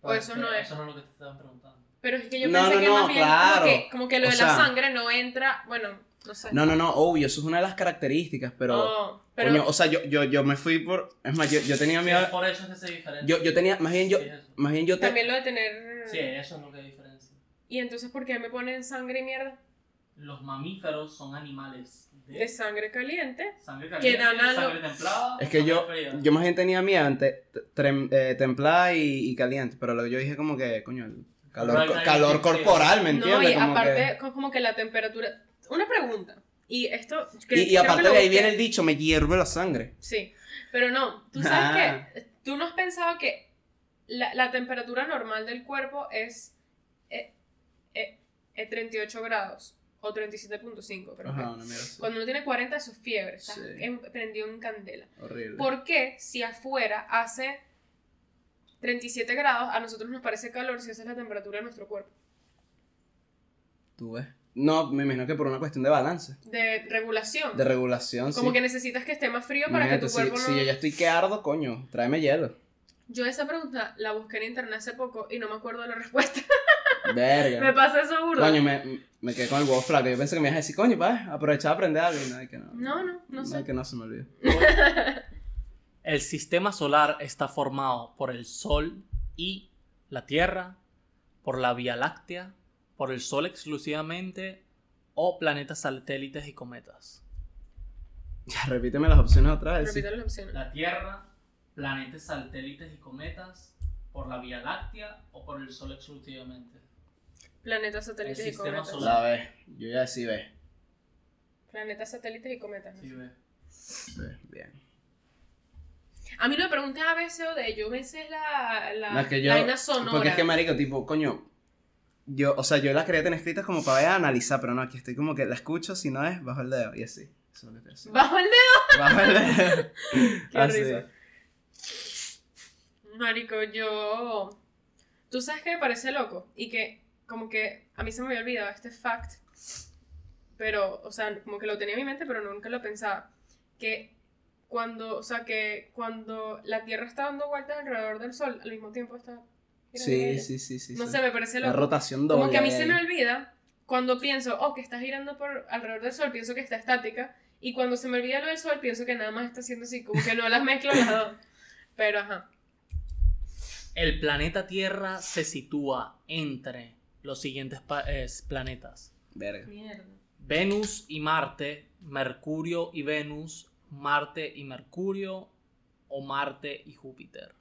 Speaker 2: O Pues eso no es.
Speaker 1: Eso no es lo que te estaban preguntando.
Speaker 2: Pero es que yo
Speaker 3: No,
Speaker 2: pensé
Speaker 3: no,
Speaker 2: que
Speaker 3: no,
Speaker 2: más bien
Speaker 3: claro.
Speaker 2: como, que, como que lo
Speaker 3: O
Speaker 2: de
Speaker 3: sea-
Speaker 2: la sangre no entra... Bueno, no sé.
Speaker 3: No, no, no, obvio, eso es una de las características, pero.
Speaker 2: No, Oh, pero
Speaker 3: coño, o sea, yo, yo, yo me fui por. Es más, yo, yo tenía
Speaker 1: Sí,
Speaker 3: miedo.
Speaker 1: por eso es que se diferencia.
Speaker 3: Yo, yo tenía. Más bien yo.
Speaker 1: Sí, eso.
Speaker 3: Más bien yo te-
Speaker 2: también lo de tener...
Speaker 1: Sí, eso es lo que diferencia.
Speaker 2: Y entonces, ¿por qué me ponen sangre y mierda?
Speaker 1: Los mamíferos son animales de
Speaker 2: De sangre caliente.
Speaker 1: sangre caliente,
Speaker 2: que dan a
Speaker 1: sangre
Speaker 2: lo-
Speaker 1: templada.
Speaker 3: Es que yo,
Speaker 1: sangre fría.
Speaker 3: yo más bien tenía miedo ante trem- eh, templada y, y caliente, pero lo que yo dije como que, coño, el calor,
Speaker 1: Pero
Speaker 3: co-
Speaker 1: hay
Speaker 3: calor
Speaker 1: alguien que-
Speaker 3: corporal, ¿me
Speaker 2: No,
Speaker 3: entiendes?
Speaker 2: y
Speaker 3: Como
Speaker 2: aparte, co- como que la temperatura... Una pregunta. Y esto... que
Speaker 3: que- y, y
Speaker 2: creo que
Speaker 3: aparte
Speaker 2: lo
Speaker 3: de ahí
Speaker 2: busqué.
Speaker 3: viene el dicho, me hierve la sangre.
Speaker 2: Sí, pero no, tú sabes
Speaker 3: Ah.
Speaker 2: que tú no has pensado que la, la temperatura normal del cuerpo es eh, eh, eh, 38 grados o 37.5, creo que.
Speaker 3: Ajá, una mierda así.
Speaker 2: Cuando uno tiene 40 eso es fiebre, estás
Speaker 3: Sí.
Speaker 2: en- prendido en candela.
Speaker 3: Horrible.
Speaker 2: ¿Por qué si afuera hace 37 grados a nosotros nos parece calor si esa es la temperatura de nuestro cuerpo?
Speaker 3: Tú ves. No, me imagino que por una cuestión de balance,
Speaker 2: De regulación.
Speaker 3: de regulación,
Speaker 2: Como
Speaker 3: sí.
Speaker 2: que necesitas que esté más frío para
Speaker 3: Imagínate,
Speaker 2: que tu
Speaker 3: si-
Speaker 2: cuerpo
Speaker 3: si,
Speaker 2: no...
Speaker 3: yo ya estoy que ardo, coño, tráeme hielo.
Speaker 2: Yo esa pregunta la busqué en internet hace poco y no me acuerdo de la respuesta. Me
Speaker 3: Verga.
Speaker 2: pasa eso burdo.
Speaker 3: Coño, me, me quedé con el huevo flaco. Yo pensé que me ibas a decir, coño, pa, aprovechar a aprender algo. Y nada, que no.
Speaker 2: No, no, no sé.
Speaker 3: Nada, que no se me olvidó.
Speaker 4: El sistema solar está formado por el Sol y la Tierra, por la Vía Láctea, por el Sol exclusivamente o planetas satélites y cometas.
Speaker 3: Ya, repíteme las opciones otra vez. sí.
Speaker 2: Repito las opciones.
Speaker 1: La Tierra, planetas satélites y cometas, por la Vía Láctea o por el Sol exclusivamente.
Speaker 2: Planetas, satélites
Speaker 1: El
Speaker 2: y
Speaker 1: sistema
Speaker 2: cometas.
Speaker 1: solar.
Speaker 3: La B. Yo ya sí B.
Speaker 2: Planetas, satélites y cometas. ¿no?
Speaker 1: Sí, ve.
Speaker 3: B, Bien.
Speaker 2: A mí no me preguntas a veces o de yo me sé la, la,
Speaker 3: No, es que yo-
Speaker 2: la vaina sonora.
Speaker 3: Porque es que, marico, tipo, coño. Yo, o sea, yo las quería tener escritas como para ver, analizar, pero no, aquí estoy como que la escucho, si no es, bajo el dedo. Y así. Eso es lo que estoy haciendo.
Speaker 2: Bajo el dedo.
Speaker 3: Bajo el dedo.
Speaker 2: Qué risa. Marico, yo... Tú sabes que me parece loco y que como que a mí se me había olvidado este fact, pero, o sea, como que lo tenía en mi mente, pero nunca lo pensaba, que cuando, o sea, que cuando la Tierra está dando vueltas alrededor del Sol, al mismo tiempo está... girando
Speaker 3: Sí,
Speaker 2: ella.
Speaker 3: sí, sí, sí.
Speaker 2: No
Speaker 3: sí.
Speaker 2: sé, me parece
Speaker 3: La
Speaker 2: loco.
Speaker 3: rotación doble.
Speaker 2: Como que a mí se
Speaker 3: ahí.
Speaker 2: me olvida cuando pienso, oh, que está girando por alrededor del sol, pienso que está estática. Y cuando se me olvida lo del sol, pienso que nada más está haciendo así, como que no las mezclo las dos. Pero ajá.
Speaker 4: El planeta Tierra se sitúa entre los siguientes pa- eh, planetas.
Speaker 3: Verga.
Speaker 2: Mierda.
Speaker 4: Venus y Marte, Mercurio y Venus, Marte y Mercurio o Marte y Júpiter.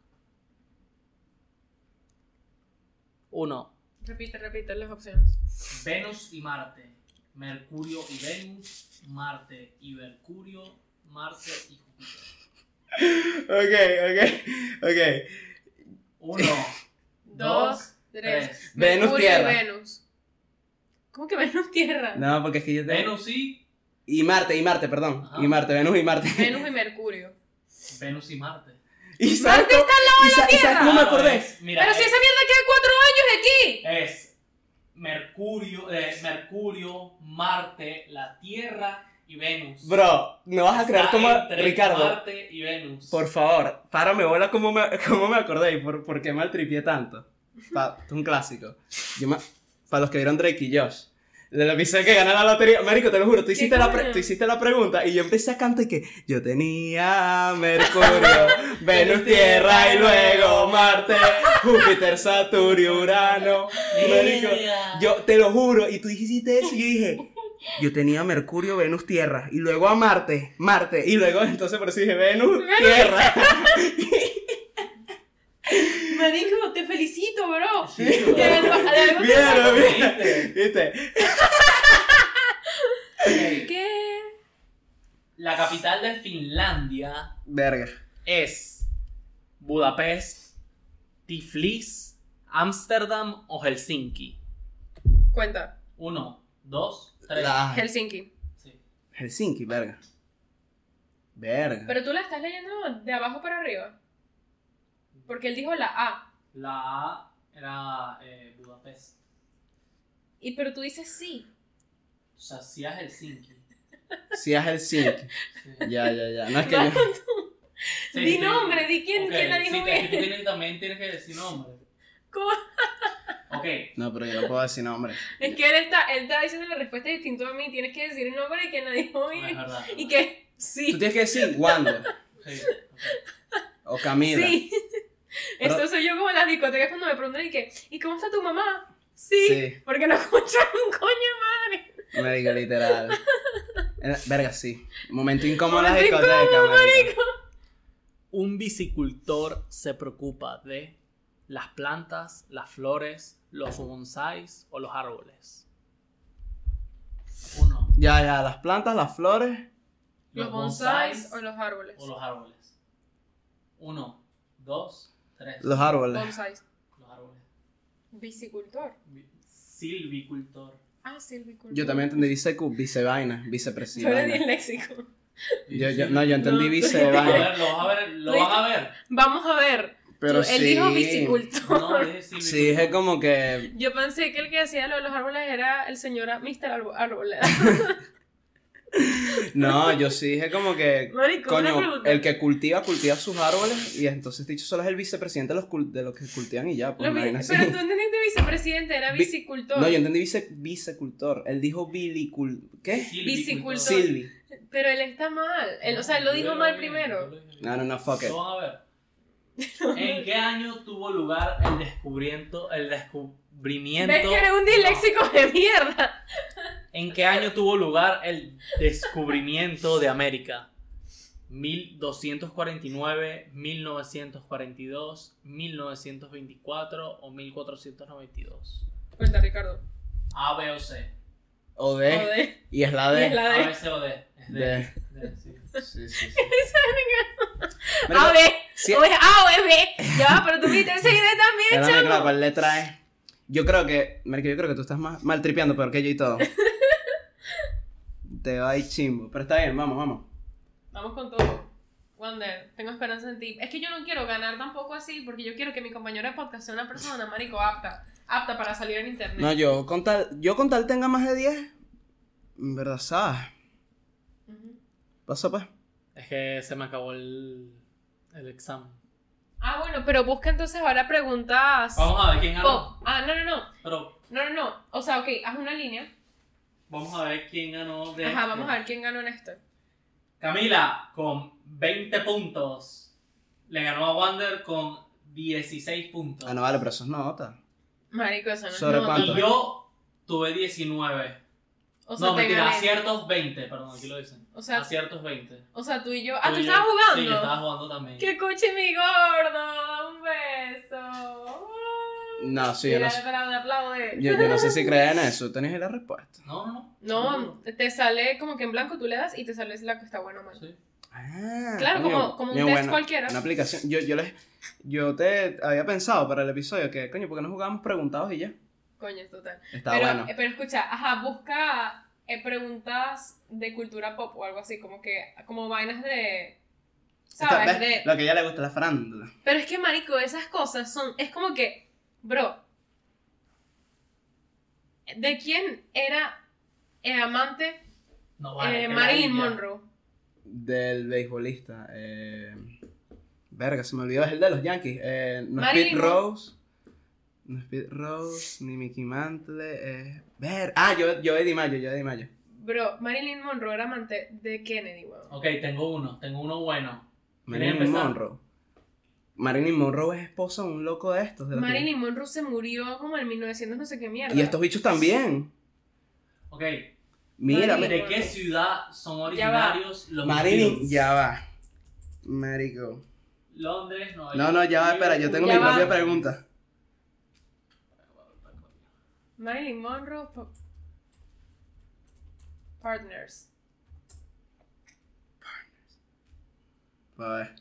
Speaker 4: Uno.
Speaker 2: Repite, repite las opciones.
Speaker 1: Venus y Marte, Mercurio y Venus, Marte y Mercurio, Marte y Júpiter.
Speaker 3: Ok, ok, ok.
Speaker 1: Uno,
Speaker 2: Dos,
Speaker 1: dos,
Speaker 2: tres.
Speaker 1: tres.
Speaker 3: Venus,
Speaker 2: Mercurio y
Speaker 3: Tierra.
Speaker 2: Venus. ¿Cómo que Venus Tierra?
Speaker 3: No, porque es que yo te.
Speaker 1: Venus y
Speaker 3: Y Marte, y Marte, perdón.
Speaker 1: Ajá.
Speaker 3: Y Marte, Venus y Marte.
Speaker 2: Venus y Mercurio.
Speaker 1: Venus y Marte.
Speaker 3: ¿Y sabes
Speaker 2: Marte
Speaker 3: cómo-
Speaker 2: está al lado de
Speaker 3: y
Speaker 2: la
Speaker 3: sa- y sabes
Speaker 2: Tierra.
Speaker 3: cómo me
Speaker 1: Claro,
Speaker 3: acordé?
Speaker 1: es- mira,
Speaker 2: Pero si
Speaker 1: es,
Speaker 2: esa mierda queda cuatro años aquí.
Speaker 1: es Mercurio, eh, Mercurio, Marte, la Tierra y Venus.
Speaker 3: Bro, no vas a
Speaker 1: Está
Speaker 3: creer cómo...
Speaker 1: entre
Speaker 3: Ricardo,
Speaker 1: Marte y Venus.
Speaker 3: por favor, párame bola cómo me, cómo me acordé y por, por qué maltripié tanto. Pa- es un clásico. Para los que vieron Drake y Josh. Le avisé que gané la lotería. Marico, te lo juro, tú hiciste, la pre-
Speaker 2: coño?
Speaker 3: tú hiciste la pregunta y yo empecé a cantar y que yo tenía Mercurio, Venus, Tierra y luego Marte, Júpiter, Saturno, y Urano. Marico,
Speaker 1: Mira.
Speaker 3: Yo te lo juro, y tú dijiste eso, y yo dije, yo tenía Mercurio, Venus, Tierra, y luego a Marte, Marte, y luego entonces por eso dije Venus, Tierra.
Speaker 2: Marico, te felicito, bro.
Speaker 1: Sí,
Speaker 2: De verdad, de verdad.
Speaker 3: Vieron, vieron,
Speaker 1: ¿Viste?
Speaker 3: viste.
Speaker 1: Ok.
Speaker 2: ¿Qué?
Speaker 1: La capital de Finlandia
Speaker 3: Verga.
Speaker 1: es
Speaker 4: Budapest, Tiflis, Ámsterdam o Helsinki.
Speaker 2: Cuenta.
Speaker 1: 1, 2, 3.
Speaker 3: La-
Speaker 2: Helsinki.
Speaker 3: Ah, Helsinki, verga. Verga.
Speaker 2: Pero tú la estás leyendo de abajo para arriba. Porque él dijo la A.
Speaker 1: La A era eh, Budapest.
Speaker 2: Y pero tú dices sí.
Speaker 1: O sea, sí es Helsinki.
Speaker 3: Sí, es Helsinki.
Speaker 1: Sí.
Speaker 3: Ya, ya, ya. No es que yo.
Speaker 1: Sí,
Speaker 2: di
Speaker 1: tú-
Speaker 2: nombre, di quién,
Speaker 1: ok,
Speaker 2: quién la dijo
Speaker 1: sí,
Speaker 2: bien.
Speaker 1: es que tú tienes- también tienes que decir nombre.
Speaker 2: ¿Cómo?
Speaker 1: Ok,
Speaker 3: No, pero yo no puedo decir nombre.
Speaker 2: Es que él está, él está diciendo la respuesta distinto a mí. Tienes que decir el nombre de quien la dijo
Speaker 1: no,
Speaker 2: bien.
Speaker 1: es verdad.
Speaker 2: Y que
Speaker 3: Tú
Speaker 2: sí.
Speaker 3: tienes que decir Wander
Speaker 1: Sí, ok.
Speaker 3: o Camila.
Speaker 2: Sí.
Speaker 3: Pero-
Speaker 2: Eso soy yo como en las discotecas cuando me preguntan y que, ¿y cómo está tu mamá? Sí.
Speaker 3: Sí.
Speaker 2: Porque no escuchan un coño.
Speaker 3: Me diga literal. Era- Verga, sí. Momento incómodo en las
Speaker 2: Momento
Speaker 3: discotecas,
Speaker 2: incómodo,
Speaker 3: marico.
Speaker 4: Un vicicultor se preocupa de las plantas, las flores, los bonsais o los árboles.
Speaker 1: Uno,
Speaker 3: Ya, ya, las plantas, las flores.
Speaker 1: los,
Speaker 2: Los
Speaker 1: bonsáis
Speaker 2: bonsáis o los árboles.
Speaker 1: o los árboles. Uno, dos, tres.
Speaker 3: Los árboles.
Speaker 2: Bonsais.
Speaker 1: Los árboles.
Speaker 2: Vicicultor.
Speaker 1: Vi- Silvicultor.
Speaker 2: Ah, silvicultor.
Speaker 3: Yo también entendí vicecu, vicevaina,
Speaker 2: Tú eres
Speaker 3: vicepresidente.
Speaker 2: disléxico.
Speaker 3: Yo, yo, no, yo entendí
Speaker 2: No, tú-
Speaker 1: A
Speaker 3: vicevaina.
Speaker 1: ver, lo vas a ver, lo
Speaker 2: Tú
Speaker 1: van a ver.
Speaker 2: Vamos a ver.
Speaker 3: Pero
Speaker 2: Tú- él
Speaker 3: sí.
Speaker 2: dijo vicicultor.
Speaker 1: No, dije silvicultor.
Speaker 3: Sí, dije como que.
Speaker 2: Yo pensé que el que hacía lo de los árboles era el señor a- Mr. Arbo- Arboleda.
Speaker 3: No, yo sí dije como que.
Speaker 2: Marico, una
Speaker 3: Coño,
Speaker 2: pregunta.
Speaker 3: el que cultiva, cultiva sus árboles. Y entonces, dicho, solo es el vicepresidente de los, cul- de los que cultivan y ya. Pues,
Speaker 2: Lo vi-
Speaker 3: una vaina así.
Speaker 2: Pero tú entendiste vicepresidente, era
Speaker 3: Vi-
Speaker 2: vicicultor.
Speaker 3: No, yo entendí vice, vicecultor. Él dijo bilicul. ¿Qué?
Speaker 1: Silvicultor.
Speaker 2: Vicicultor.
Speaker 3: Silvi.
Speaker 2: Pero él está mal. Él, o sea, él lo
Speaker 1: Yo
Speaker 2: dijo
Speaker 1: lo
Speaker 2: mal
Speaker 1: vi,
Speaker 2: primero.
Speaker 1: yo lo dije.
Speaker 3: No, no, no, fuck it.
Speaker 1: Lo van a ver. ¿En qué año tuvo lugar el descubriento, el descubrimiento?
Speaker 2: ¿Ves que eres un disléxico de mierda?
Speaker 4: ¿En qué año tuvo lugar el descubrimiento de América? 1249, 1942, 1924 o 1492.
Speaker 2: Cuenta, Ricardo.
Speaker 1: A, B o C.
Speaker 3: O D.
Speaker 2: Joder.
Speaker 3: Y es la
Speaker 2: Y
Speaker 3: D.
Speaker 2: es la
Speaker 1: A, B,
Speaker 2: de.
Speaker 1: C o D. Es D.
Speaker 3: D.
Speaker 1: D, sí.
Speaker 3: Sí, sí, sí. Marico,
Speaker 2: A, B.
Speaker 3: sí,
Speaker 2: O es A o es B. Ya, pero tú viste ese idea
Speaker 3: Pero,
Speaker 2: también,
Speaker 3: marico,
Speaker 2: chamo.
Speaker 3: la cual le trae. Yo creo que, Marico, yo creo que tú estás más mal tripeando peor que yo y todo. Te va a ir chimbo. Pero está bien, vamos, vamos.
Speaker 2: Vamos con todo. Wander, tengo esperanza en ti. Es que yo no quiero ganar tampoco así, porque yo quiero que mi compañero de podcast sea una persona, marico, apta. Apta para salir en internet.
Speaker 3: No, yo con tal, yo con tal tenga más de 10, en verdad, ¿sabes?
Speaker 2: Ujú.
Speaker 3: Pasa pues.
Speaker 4: Es que se me acabó el, el examen.
Speaker 2: Ah, bueno, pero busca entonces ahora preguntas.
Speaker 1: Vamos a ver quién ganó.
Speaker 2: Pop. Ah, no, no, no.
Speaker 1: Pero
Speaker 2: No, no, no. O sea, ok, haz una línea.
Speaker 1: vamos a ver quién ganó. De este.
Speaker 2: Ajá, vamos a ver quién ganó en esto.
Speaker 1: Camila con 20 puntos. Le ganó a Wander con 16 puntos.
Speaker 3: Ah, no vale, pero eso es nota.
Speaker 2: Marico, eso no es
Speaker 3: ¿Sobre
Speaker 2: nota.
Speaker 3: cuánto?
Speaker 1: Y yo tuve 19.
Speaker 2: O sea,
Speaker 1: No,
Speaker 2: te
Speaker 1: mentira,
Speaker 2: gané.
Speaker 1: aciertos 20, perdón, aquí lo dicen.
Speaker 2: O sea,
Speaker 1: aciertos 20.
Speaker 2: o sea, tú y yo. Ah, tú
Speaker 1: Tuve yo-
Speaker 2: estabas jugando.
Speaker 1: Sí, yo estaba jugando también.
Speaker 2: ¡Qué coche mi gordo! ¡Un beso!
Speaker 3: No, sí, yo
Speaker 2: Mira,
Speaker 3: no, sé-
Speaker 2: espera, un aplaude.
Speaker 3: yo, yo no sé si creen en eso. Tenéis ahí la respuesta.
Speaker 1: No, no, no.
Speaker 2: No, te sale como que en blanco tú le das y te sale la que está buena o mala.
Speaker 1: Sí.
Speaker 3: Ah,
Speaker 2: Claro,
Speaker 3: coño,
Speaker 2: como- como un
Speaker 3: coño,
Speaker 2: test cualquiera.
Speaker 3: Una aplicación. Yo, yo les, yo te había pensado para el episodio que, coño, ¿por qué no jugábamos preguntados y ya?
Speaker 2: Coño, es total.
Speaker 3: Está
Speaker 2: pero,
Speaker 3: bueno.
Speaker 2: eh, pero escucha, ajá, busca eh, preguntas de cultura pop o algo así, como que, como vainas de, ¿Sabes?
Speaker 3: Esta-
Speaker 2: De-
Speaker 3: ¿ves? Lo que a ella le gusta la farándula.
Speaker 2: Pero es que, marico, esas cosas son... Es como que, bro... ¿De quién era el amante
Speaker 1: No
Speaker 2: eh,
Speaker 1: vale. que la
Speaker 2: Marilyn
Speaker 1: India.
Speaker 2: Monroe?
Speaker 3: Del beisbolista. eh, Verga, se me olvidó, es el de los Yankees. eh, no es
Speaker 2: Marilyn
Speaker 3: Pete
Speaker 2: Monroe.
Speaker 3: Rose. No es Pete Rose, ni Mickey Mantle. Eh, ver... Ah, yo, yo Eddie Mayo, yo Eddie Mayo.
Speaker 2: Bro, Marilyn Monroe era amante de Kennedy, weón.
Speaker 1: Ok, tengo uno, tengo uno bueno.
Speaker 3: Marilyn
Speaker 1: empezar?
Speaker 3: Monroe. Marilyn Monroe es esposa de un loco de estos. De los
Speaker 2: Marilyn Monroe se murió como en 1900 no sé qué mierda.
Speaker 3: Y estos bichos también.
Speaker 1: Ok,
Speaker 3: Mira,
Speaker 2: Marilyn.
Speaker 1: ¿de qué ciudad son
Speaker 2: Ya va.
Speaker 1: originarios los
Speaker 3: Marilyn,
Speaker 1: Beatles?
Speaker 3: ya va. Marico.
Speaker 1: Londres, Nueva
Speaker 3: No, no, ya va, espera, yo tengo
Speaker 2: Ya
Speaker 3: mi
Speaker 2: va.
Speaker 3: propia pregunta.
Speaker 2: Marilyn Monroe pa- Partners.
Speaker 3: A ver.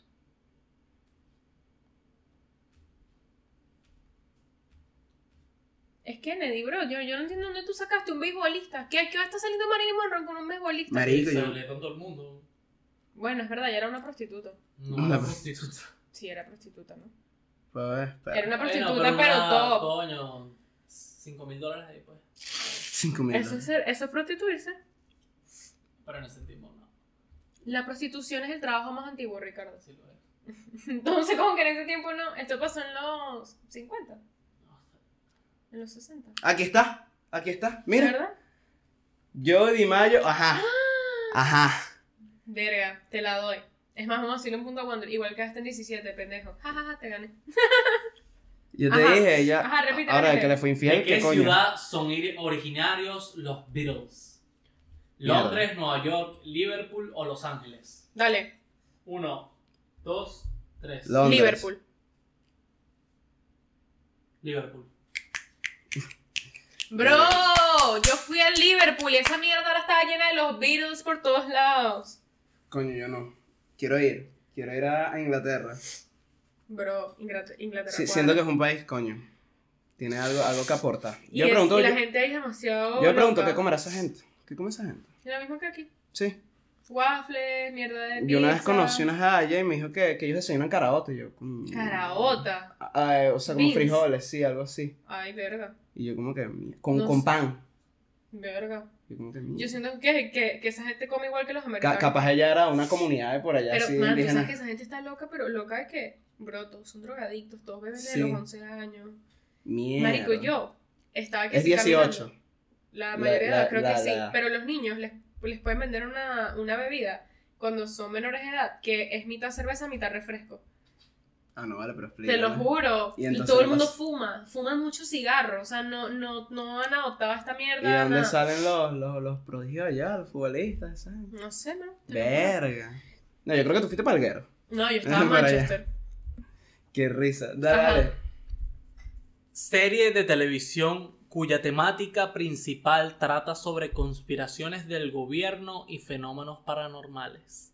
Speaker 2: Es Kennedy, bro. Yo, yo no entiendo dónde tú sacaste un beisbolista. ¿Qué, ¿Qué va a estar saliendo Marilyn Monroe con un beisbolista?
Speaker 3: Marico, yo.
Speaker 1: con todo el mundo.
Speaker 2: Bueno, es verdad, ya era una prostituta.
Speaker 1: No,
Speaker 3: Una
Speaker 1: una prostituta.
Speaker 2: Sí, era prostituta, ¿no?
Speaker 3: A ver, espera.
Speaker 2: Era una prostituta,
Speaker 1: Bueno,
Speaker 2: pero,
Speaker 1: una-
Speaker 2: top.
Speaker 1: Coño, 5 mil dólares ahí, pues.
Speaker 3: Cinco mil.
Speaker 2: ¿Eso es, ser- eso es prostituirse?
Speaker 1: Pero no sentimos, no.
Speaker 2: La prostitución es el trabajo más antiguo, Ricardo.
Speaker 1: Así lo es.
Speaker 2: Entonces, como que en ese tiempo no. Esto pasó en los 50,
Speaker 1: No, está-
Speaker 2: en los 60.
Speaker 3: Aquí está, aquí está. Mira.
Speaker 2: ¿Verdad?
Speaker 3: Yo Di Mayo, ajá.
Speaker 2: Ah.
Speaker 3: Ajá.
Speaker 2: Verga, te la doy. Es más, vamos a decirle un punto a Wander. Igual que hasta en 17, pendejo. Jajaja, te gané.
Speaker 3: Yo te
Speaker 2: Ajá.
Speaker 3: dije, ella.
Speaker 2: Ajá, repite,
Speaker 3: Ahora, el
Speaker 2: repite.
Speaker 3: que le fue infiel,
Speaker 1: ¿De
Speaker 3: ¿qué
Speaker 1: qué
Speaker 3: coño?
Speaker 1: ciudad son iri- originarios los Beatles?
Speaker 3: Mierda.
Speaker 1: ¿Londres, Nueva York, Liverpool o Los Ángeles?
Speaker 2: Dale,
Speaker 1: Uno, dos, tres.
Speaker 3: Lo- Londres.
Speaker 2: Liverpool.
Speaker 1: Liverpool.
Speaker 2: Bro, yo fui al Liverpool y esa mierda ahora estaba llena de los Beatles por todos lados.
Speaker 3: Coño, yo no. Quiero ir. Quiero ir a Inglaterra.
Speaker 2: Bro, Inglaterra. Inglaterra
Speaker 3: Sí,
Speaker 2: cuadra.
Speaker 3: siendo que es un país, coño. Tiene algo, algo que aportar.
Speaker 2: Y,
Speaker 3: Yo me
Speaker 2: es-
Speaker 3: pregunto,
Speaker 2: y la
Speaker 3: yo,
Speaker 2: gente ahí es demasiado.
Speaker 3: yo me pregunto
Speaker 2: loca.
Speaker 3: qué comerá esa gente. ¿Qué come esa gente?
Speaker 2: Lo mismo que aquí.
Speaker 3: Sí.
Speaker 2: Waffles, mierda de pizza.
Speaker 3: Yo una vez conocí una jaya y me dijo que, que ellos desayunan caraota. Y yo, coño.
Speaker 2: Caraota.
Speaker 3: Ah, eh, o sea, como
Speaker 2: Beans.
Speaker 3: frijoles, sí, algo así.
Speaker 2: Ay, verga.
Speaker 3: Y yo como que, mía, con,
Speaker 2: No
Speaker 3: con
Speaker 2: sé.
Speaker 3: pan.
Speaker 2: Verga.
Speaker 3: Yo como que,
Speaker 2: Yo
Speaker 3: mía.
Speaker 2: siento que, que, que esa gente come igual que los
Speaker 3: Ca-
Speaker 2: americanos.
Speaker 3: capaz ella era una comunidad de por allá,
Speaker 2: Pero,
Speaker 3: así,
Speaker 2: man, tú
Speaker 3: indígena.
Speaker 2: sabes que esa gente está loca, pero loca de que, bro, todos son drogadictos, todos beben de
Speaker 3: Sí.
Speaker 2: los 11 años.
Speaker 3: Mierda.
Speaker 2: Marico, yo estaba que
Speaker 3: Es
Speaker 2: sí
Speaker 3: 18.
Speaker 2: caminando. La
Speaker 3: La-
Speaker 2: mayoría de edad,
Speaker 3: la-
Speaker 2: creo
Speaker 3: la-
Speaker 2: que sí.
Speaker 3: la-
Speaker 2: Pero los niños les, les pueden vender una, una bebida cuando son menores de edad, que es mitad cerveza, mitad refresco.
Speaker 3: Ah, no, vale, pero explica.
Speaker 2: Te lo juro.
Speaker 3: Y
Speaker 2: Y,
Speaker 3: entonces,
Speaker 2: todo
Speaker 3: ¿qué
Speaker 2: el mundo
Speaker 3: pasa?
Speaker 2: fuma. Fuman mucho cigarro. O sea, no, no, no han adoptado esta
Speaker 3: ¿Y
Speaker 2: mierda.
Speaker 3: de dónde
Speaker 2: nada.
Speaker 3: salen los, los, los prodigios allá, los futbolistas? esa gente?
Speaker 2: No sé, ¿no? Te lo juro.
Speaker 3: Verga. No, yo creo que tú fuiste palguero.
Speaker 2: No, yo estaba en
Speaker 3: Para allá.
Speaker 2: Manchester.
Speaker 3: Qué risa. Dale,
Speaker 2: Ajá.
Speaker 3: dale.
Speaker 4: Serie de televisión cuya temática principal trata sobre conspiraciones del gobierno y fenómenos paranormales.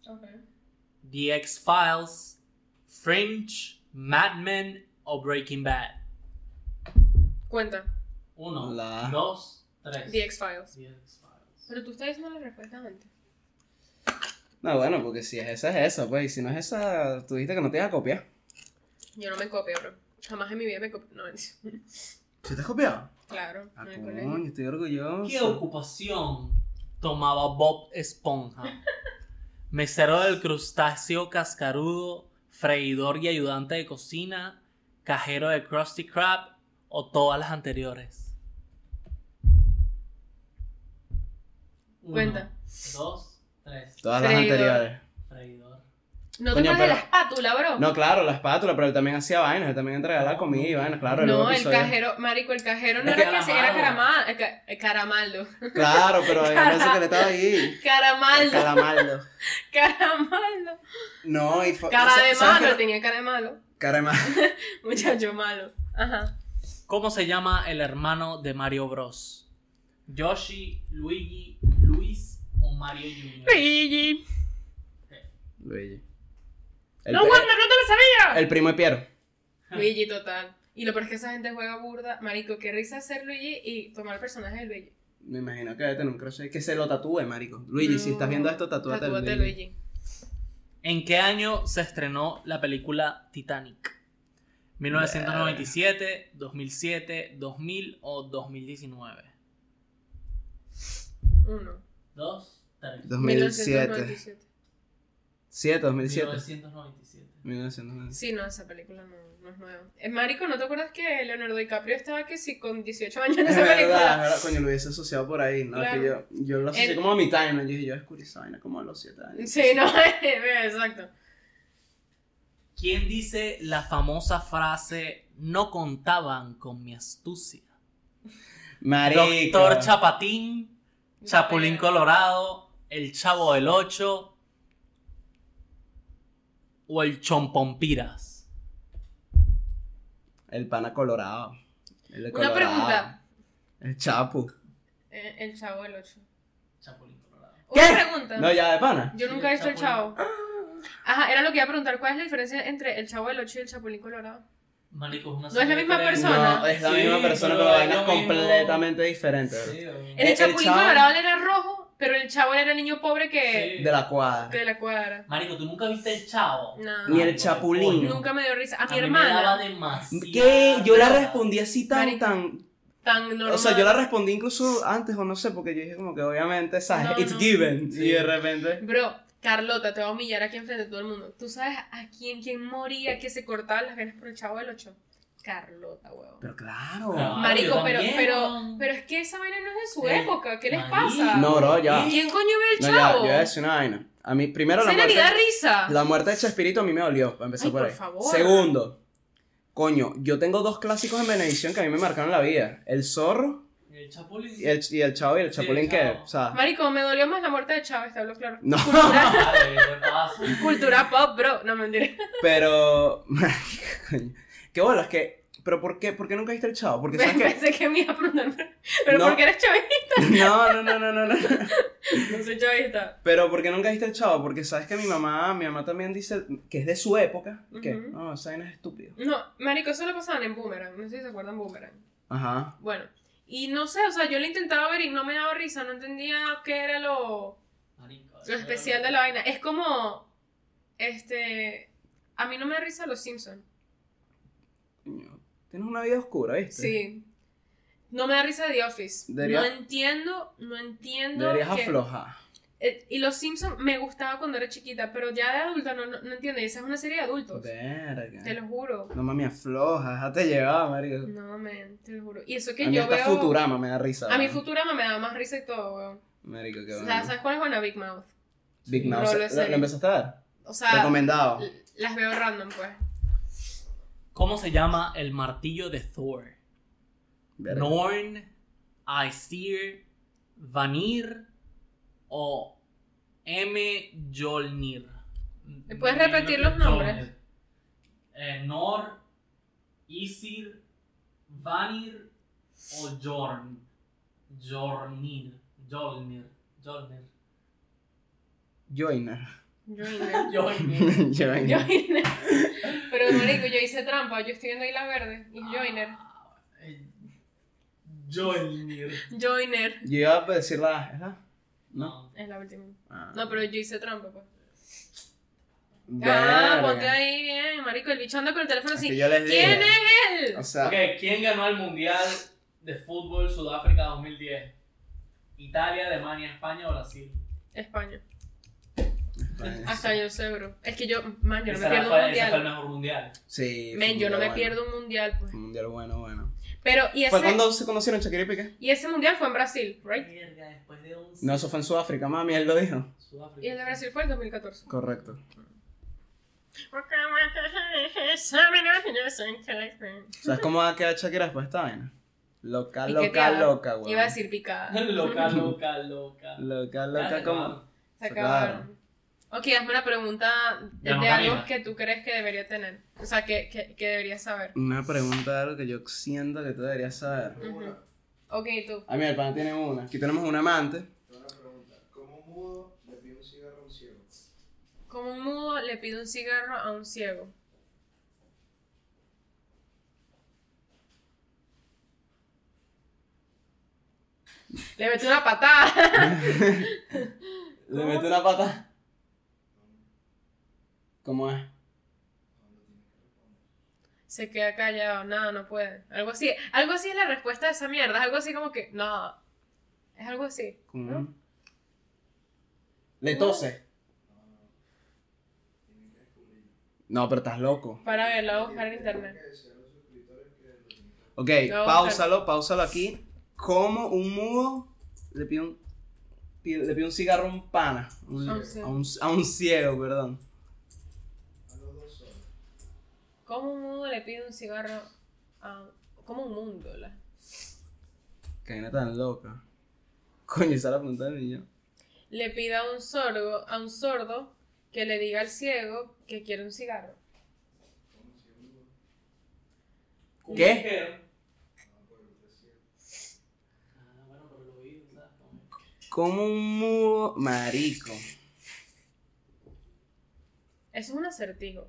Speaker 4: The X-Files, Fringe, Mad Men o Breaking Bad.
Speaker 2: Cuenta.
Speaker 1: Uno,
Speaker 3: La-
Speaker 1: dos, tres.
Speaker 2: The X-Files.
Speaker 1: The X-Files.
Speaker 2: Pero tú estás diciendo la respuesta antes.
Speaker 3: No, bueno, porque si es esa, es esa, pues. Y si no es esa, tú dijiste que no te ibas a copiar.
Speaker 2: Yo no me copio, bro. Jamás en mi vida me copio. No, mentira.
Speaker 3: ¿Sí te has copiado?
Speaker 2: claro.
Speaker 3: Ah,
Speaker 2: en el
Speaker 3: coño,
Speaker 2: colegio.
Speaker 3: estoy orgulloso.
Speaker 1: ¿Qué ocupación?
Speaker 4: tomaba Bob Esponja. Mesero del crustáceo cascarudo, freidor y ayudante de cocina, cajero de Krusty Krab o todas las anteriores.
Speaker 1: Uno,
Speaker 2: Cuenta.
Speaker 1: dos, tres.
Speaker 3: Todas las
Speaker 2: Freidor.
Speaker 3: anteriores.
Speaker 1: Freidor.
Speaker 2: No te
Speaker 3: Coño,
Speaker 2: acuerdas de
Speaker 3: pero-
Speaker 2: la espátula, bro.
Speaker 3: No, claro, la espátula, pero él también hacía vainas, él también entregaba la comida y vainas, claro.
Speaker 2: No,
Speaker 3: luego
Speaker 2: el
Speaker 3: episodio.
Speaker 2: cajero, marico, el cajero no
Speaker 1: Es
Speaker 2: era que se era
Speaker 1: Caramaldo.
Speaker 2: caramal, eh, ca- eh, caramaldo,
Speaker 3: Claro, pero él parece que le estaba ahí.
Speaker 2: caramaldo,
Speaker 3: Calamaldo.
Speaker 2: caramaldo,
Speaker 3: No, y fue.
Speaker 2: cara de
Speaker 3: ¿sabes
Speaker 2: malo,
Speaker 3: qué?
Speaker 2: tenía cara de malo,
Speaker 3: Cara de malo.
Speaker 2: muchacho malo, ajá,
Speaker 4: ¿Cómo se llama el hermano de Mario Bros?
Speaker 1: Yoshi, Luigi, Luis o Mario Jr.
Speaker 2: Luigi,
Speaker 3: Luigi. El,
Speaker 2: no
Speaker 3: pe-
Speaker 2: Wander, no te lo sabía,
Speaker 3: el primo de Piero.
Speaker 2: Luigi total, y lo peor es que esa gente juega burda, marico, qué risa ser Luigi y tomar el personaje de Luigi,
Speaker 3: Me imagino que debe tener un crochet. Que se lo tatúe, marico. Luigi, si estás viendo esto, tatúate,
Speaker 2: Tatúate
Speaker 3: el
Speaker 2: Luigi,
Speaker 4: ¿En qué año se estrenó la película Titanic? ¿1997, 2007, 2000 o 2019?
Speaker 2: Uno.
Speaker 1: 2, 3.
Speaker 3: 2007.
Speaker 2: 1997.
Speaker 3: 7, 2007.
Speaker 1: 1997.
Speaker 3: 1997.
Speaker 2: Sí, no, esa película no, no es nueva. Es marico, ¿no te acuerdas que Leonardo DiCaprio estaba que sí con 18 años en
Speaker 3: Es
Speaker 2: esa
Speaker 3: verdad, es
Speaker 2: película?
Speaker 3: verdad, coño, lo hubiese asociado por ahí, ¿no?
Speaker 2: Claro.
Speaker 3: Que yo, yo lo asocié
Speaker 2: El-
Speaker 3: como a mi time, ¿no? Yo dije, yo descubrí esa vaina como a los 7 años.
Speaker 2: Sí, no, eh, exacto.
Speaker 4: ¿Quién dice la famosa frase no contaban con mi astucia?
Speaker 3: Marico.
Speaker 4: Doctor Chapatín, Chapulín Colorado, El Chavo del Ocho o el Chompompiras.
Speaker 3: El pana colorado. El de
Speaker 2: Una
Speaker 3: colorado.
Speaker 2: pregunta.
Speaker 3: El chapu.
Speaker 2: Eh, El chavo del 8.
Speaker 1: Chapulín Colorado.
Speaker 2: Una
Speaker 3: ¿Qué?
Speaker 2: pregunta.
Speaker 3: No, ya de pana.
Speaker 2: Yo
Speaker 1: Sí,
Speaker 2: nunca he
Speaker 1: el
Speaker 2: visto el chavo.
Speaker 1: Chapulín.
Speaker 2: Ajá, era lo que iba a preguntar. ¿Cuál es la diferencia entre el chavo del 8 y el chapulín colorado?
Speaker 1: Marico, es una
Speaker 2: No es la
Speaker 1: serie
Speaker 2: misma
Speaker 1: diferente.
Speaker 2: persona.
Speaker 3: No, es la
Speaker 1: Sí,
Speaker 3: misma persona,
Speaker 1: pero
Speaker 3: pero la
Speaker 1: es
Speaker 3: vaina es
Speaker 1: lo mismo.
Speaker 3: completamente diferente. ¿verdad?
Speaker 1: Sí, o-
Speaker 2: El,
Speaker 3: El
Speaker 2: chapulín
Speaker 3: Chavo-
Speaker 2: colorado él era rojo, pero el chavo él era el niño pobre que
Speaker 1: Sí.
Speaker 3: De la cuadra.
Speaker 2: de la cuadra.
Speaker 1: Marico, ¿tú nunca viste el chavo?
Speaker 2: No.
Speaker 3: Ni el
Speaker 1: Marico,
Speaker 3: Chapulín.
Speaker 1: coño.
Speaker 2: Nunca me dio risa. A, mi
Speaker 1: mí me
Speaker 2: hermana,
Speaker 1: daba demasiada
Speaker 3: ¿Qué? Yo la
Speaker 1: risa.
Speaker 3: respondí así tan,
Speaker 2: Marico,
Speaker 3: tan...
Speaker 2: tan normal.
Speaker 3: O sea, yo la respondí incluso antes o no sé, porque yo dije como que obviamente, ¿sabes?
Speaker 2: No,
Speaker 3: It's
Speaker 2: no.
Speaker 3: given.
Speaker 1: Sí.
Speaker 3: Y de repente...
Speaker 2: Bro, Carlota, te voy a humillar aquí enfrente de todo el mundo. ¿Tú sabes a quién, quién moría que se cortaban las venas por el chavo del 8? Carlota, huevón.
Speaker 3: Pero claro.
Speaker 1: Claro.
Speaker 2: Marico,
Speaker 1: yo
Speaker 2: pero,
Speaker 1: también,
Speaker 2: pero,
Speaker 1: huevón.
Speaker 2: pero es que esa vaina no es de su
Speaker 1: Eh,
Speaker 2: época. ¿Qué les
Speaker 1: marico.
Speaker 2: pasa?
Speaker 3: No, bro, ya.
Speaker 2: ¿Quién coño ve el
Speaker 3: No, ya, yo
Speaker 2: chavo?
Speaker 3: voy a decir una vaina. A mí, primero la
Speaker 2: Cena ni
Speaker 3: muerte...
Speaker 2: da risa.
Speaker 3: La muerte de Chespirito a mí me dolió, para empezar
Speaker 2: Ay,
Speaker 3: por,
Speaker 2: por
Speaker 3: ahí.
Speaker 2: favor.
Speaker 3: Segundo, coño, yo tengo dos clásicos en Benevisión que a mí me marcaron la vida. El zorro
Speaker 1: El chapulín.
Speaker 3: y el, y el chavo y el
Speaker 1: Sí,
Speaker 3: chapulín
Speaker 1: el
Speaker 3: que,
Speaker 1: Chavo.
Speaker 3: o sea,
Speaker 2: Marico, me dolió más la muerte de Chávez, te hablo claro.
Speaker 3: no,
Speaker 2: Cultura,
Speaker 1: Vale, ¿qué pasa?
Speaker 2: cultura pop, bro. No, mentira.
Speaker 3: pero, coño, qué bolas, que, pero ¿por qué, por qué nunca viste el chavo? Porque sabes que,
Speaker 2: Pensé que me iba a preguntar, pero- pero
Speaker 3: No.
Speaker 2: ¿por qué eres chavista?
Speaker 3: no, no, no, no, no, no,
Speaker 2: No soy chavista.
Speaker 3: pero ¿por qué nunca viste el chavo? Porque sabes que mi mamá, mi mamá también dice que es de su época, que,
Speaker 2: Ujú.
Speaker 3: no, esa vaina es estúpida.
Speaker 2: No, marico, eso lo pasaban en Boomerang. No sé si se acuerdan Boomerang.
Speaker 3: Ajá,
Speaker 2: Bueno, y no sé, o sea, yo lo intentaba ver y no me daba risa, no entendía qué era lo,
Speaker 1: Marico,
Speaker 2: lo especial de la vaina. Es como, este, a mí no me da risa los Simpsons.
Speaker 3: Coño, tienes una vida oscura, ¿viste?
Speaker 2: Sí. No me da risa The Office.
Speaker 3: Debería-
Speaker 2: No entiendo, no entiendo.
Speaker 3: Deberías
Speaker 2: que-
Speaker 3: aflojar.
Speaker 2: Eh, y los Simpsons me gustaba cuando era chiquita, pero ya de adulta no, no, no entiendo. Y esa es una serie de adultos.
Speaker 3: Verga.
Speaker 2: Te lo juro.
Speaker 3: No mami, afloja, déjate llevar, marico.
Speaker 2: No, man, te lo juro. Y eso que
Speaker 3: a mí
Speaker 2: yo
Speaker 3: hasta
Speaker 2: veo.
Speaker 3: Futurama me da risa.
Speaker 2: A mi
Speaker 3: weón.
Speaker 2: Futurama me daba más risa y todo, weón.
Speaker 3: Marico, qué
Speaker 2: O
Speaker 3: bueno.
Speaker 2: sea, ¿sabes cuál es buena? Big Mouth.
Speaker 3: Big
Speaker 1: Sí,
Speaker 3: Mouth.
Speaker 2: no,
Speaker 3: ¿se-
Speaker 2: lo
Speaker 3: ¿Lo,
Speaker 2: sé.
Speaker 3: lo empezaste a ver?
Speaker 2: O sea,
Speaker 3: Recomendado.
Speaker 2: Ah. l- las veo random, pues.
Speaker 4: ¿Cómo se llama el martillo de Thor?
Speaker 3: Verga.
Speaker 4: Norn, Aesir, Vanir o M. Jolnir.
Speaker 1: ¿Me
Speaker 2: ¿Me puedes repetir los nombres?
Speaker 1: Eh, Nor, Isir, Vanir o Jorn. Jornir. Jornir. Jornir.
Speaker 3: Joiner.
Speaker 2: Joiner.
Speaker 1: Jornir.
Speaker 2: Eh.
Speaker 3: Joiner.
Speaker 2: Joiner. Pero, marico, yo hice trampa. Yo estoy viendo ahí la verde. Y es Joiner.
Speaker 1: Eh, Jornir.
Speaker 2: Joiner.
Speaker 3: Yo iba a decir la... ¿Es la?
Speaker 1: No.
Speaker 2: Es la última.
Speaker 3: Ah.
Speaker 2: No, pero yo hice trampa, pues.
Speaker 3: Verga.
Speaker 2: Ah, ponte ahí bien, marico. El bicho anda con el teléfono
Speaker 3: Es
Speaker 2: así.
Speaker 3: que yo les dije.
Speaker 2: ¿Quién es él?
Speaker 3: O sea,
Speaker 1: Ok, ¿quién ganó el Mundial de Fútbol Sudáfrica 2010? Italia, Alemania, España o Brasil.
Speaker 2: España.
Speaker 3: bueno,
Speaker 2: Hasta yo sé, bro. Es que yo, man, yo no
Speaker 1: Ese
Speaker 2: me
Speaker 1: era- ese
Speaker 2: pierdo un
Speaker 1: fue el
Speaker 2: mundial.
Speaker 1: mejor mundial.
Speaker 3: Sí. fue
Speaker 2: Men,
Speaker 3: un
Speaker 2: yo no
Speaker 3: mundial
Speaker 2: me
Speaker 3: bueno.
Speaker 2: pierdo un mundial, pues.
Speaker 3: Fue Un mundial bueno, bueno.
Speaker 2: Pero, y
Speaker 3: ¿Fue
Speaker 2: ese,
Speaker 3: cuando se conocieron Shakira y Piqué?
Speaker 2: y ese mundial fue en Brasil, ¿right?
Speaker 1: Verga, después de 11.
Speaker 3: No, eso fue en Sudáfrica, mami, él lo dijo.
Speaker 1: Sudáfrica.
Speaker 2: Y el de Brasil fue en 2014.
Speaker 3: Correcto. ¿Sabes cómo va a quedar Shakira después de esta vaina? Loca, loca,
Speaker 2: Piqueteada.
Speaker 3: loca, güey.
Speaker 2: Iba a decir picada.
Speaker 1: Loca, loca, loca.
Speaker 3: Loca,
Speaker 1: Ya
Speaker 3: loca,
Speaker 1: se
Speaker 3: como...
Speaker 1: acabaron.
Speaker 2: Se acabaron. Ok, hazme una pregunta de,
Speaker 1: Ya no
Speaker 2: de algo
Speaker 1: camina.
Speaker 2: que tú crees que debería tener. O sea, que, que, que deberías saber.
Speaker 3: Una pregunta de algo que yo siento que tú deberías saber.
Speaker 2: Ujú. Ok, tú.
Speaker 3: Ah, mira, el pana tiene una. Aquí tenemos un amante.
Speaker 5: Una pregunta. ¿Cómo un mudo le pide un cigarro a un ciego?
Speaker 2: Como un mudo le pido un cigarro a un ciego. Le metí una patada.
Speaker 3: Le mete una pata. ¿Cómo es?
Speaker 2: Se queda callado, no, no puede. Algo así, algo así es la respuesta de esa mierda, es algo así como que, no. Es algo así.
Speaker 3: ¿Cómo
Speaker 2: ¿no?
Speaker 3: es? ¿Le tose? No, pero estás loco.
Speaker 2: Para verlo, voy a buscar en internet.
Speaker 3: Ok,
Speaker 2: No,
Speaker 3: pausalo, pausalo aquí. Como un mudo le pido un, pide- le pido un cigarro a un pana. Un-
Speaker 2: A un ciego.
Speaker 3: a, un, a un ciego, perdón.
Speaker 2: ¿Cómo un mundo le pide un cigarro a. ¿Cómo un mundo? la-
Speaker 3: Que vaina tan loca. Coño, esa es la pregunta del millón.
Speaker 2: Le pide a un sordo, a un sordo que le diga al ciego que quiere un cigarro.
Speaker 3: ¿Qué?
Speaker 1: Ah, bueno, pero lo vi, o sea, no.
Speaker 3: Como un mudo marico.
Speaker 2: Eso es un acertijo.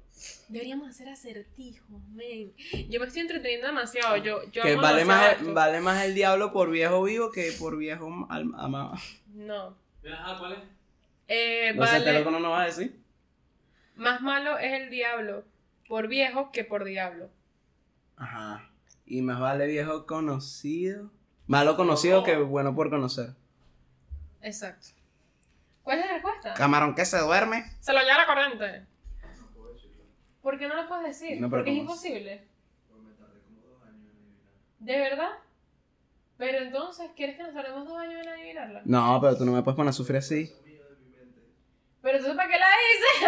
Speaker 2: Deberíamos hacer acertijos, men. Yo me estoy entreteniendo demasiado. Yo, yo
Speaker 3: Que
Speaker 2: amo
Speaker 3: vale
Speaker 2: demasiado
Speaker 3: más,
Speaker 2: esto.
Speaker 3: el, vale más el diablo por viejo vivo que por viejo am- amado.
Speaker 2: No.
Speaker 1: Ajá, ¿cuál es?
Speaker 2: Eh,
Speaker 3: No sé,
Speaker 2: vale.
Speaker 3: este loco no nos va a decir.
Speaker 2: Más malo es el diablo por viejo que por diablo.
Speaker 3: Ajá. Y más vale viejo conocido. Malo conocido que bueno por conocer.
Speaker 2: Exacto. ¿Cuál es la respuesta?
Speaker 3: Camarón que se duerme.
Speaker 2: Se lo lleva la corriente. ¿Por qué no lo puedes decir?
Speaker 3: No, pero
Speaker 2: Porque es
Speaker 3: ¿cómo?
Speaker 2: imposible. ¿De verdad? Pero entonces, ¿quieres que nos tardemos dos años en adivinarla?
Speaker 3: No, pero tú no me puedes poner a sufrir así.
Speaker 2: Pero entonces, ¿para qué la hice?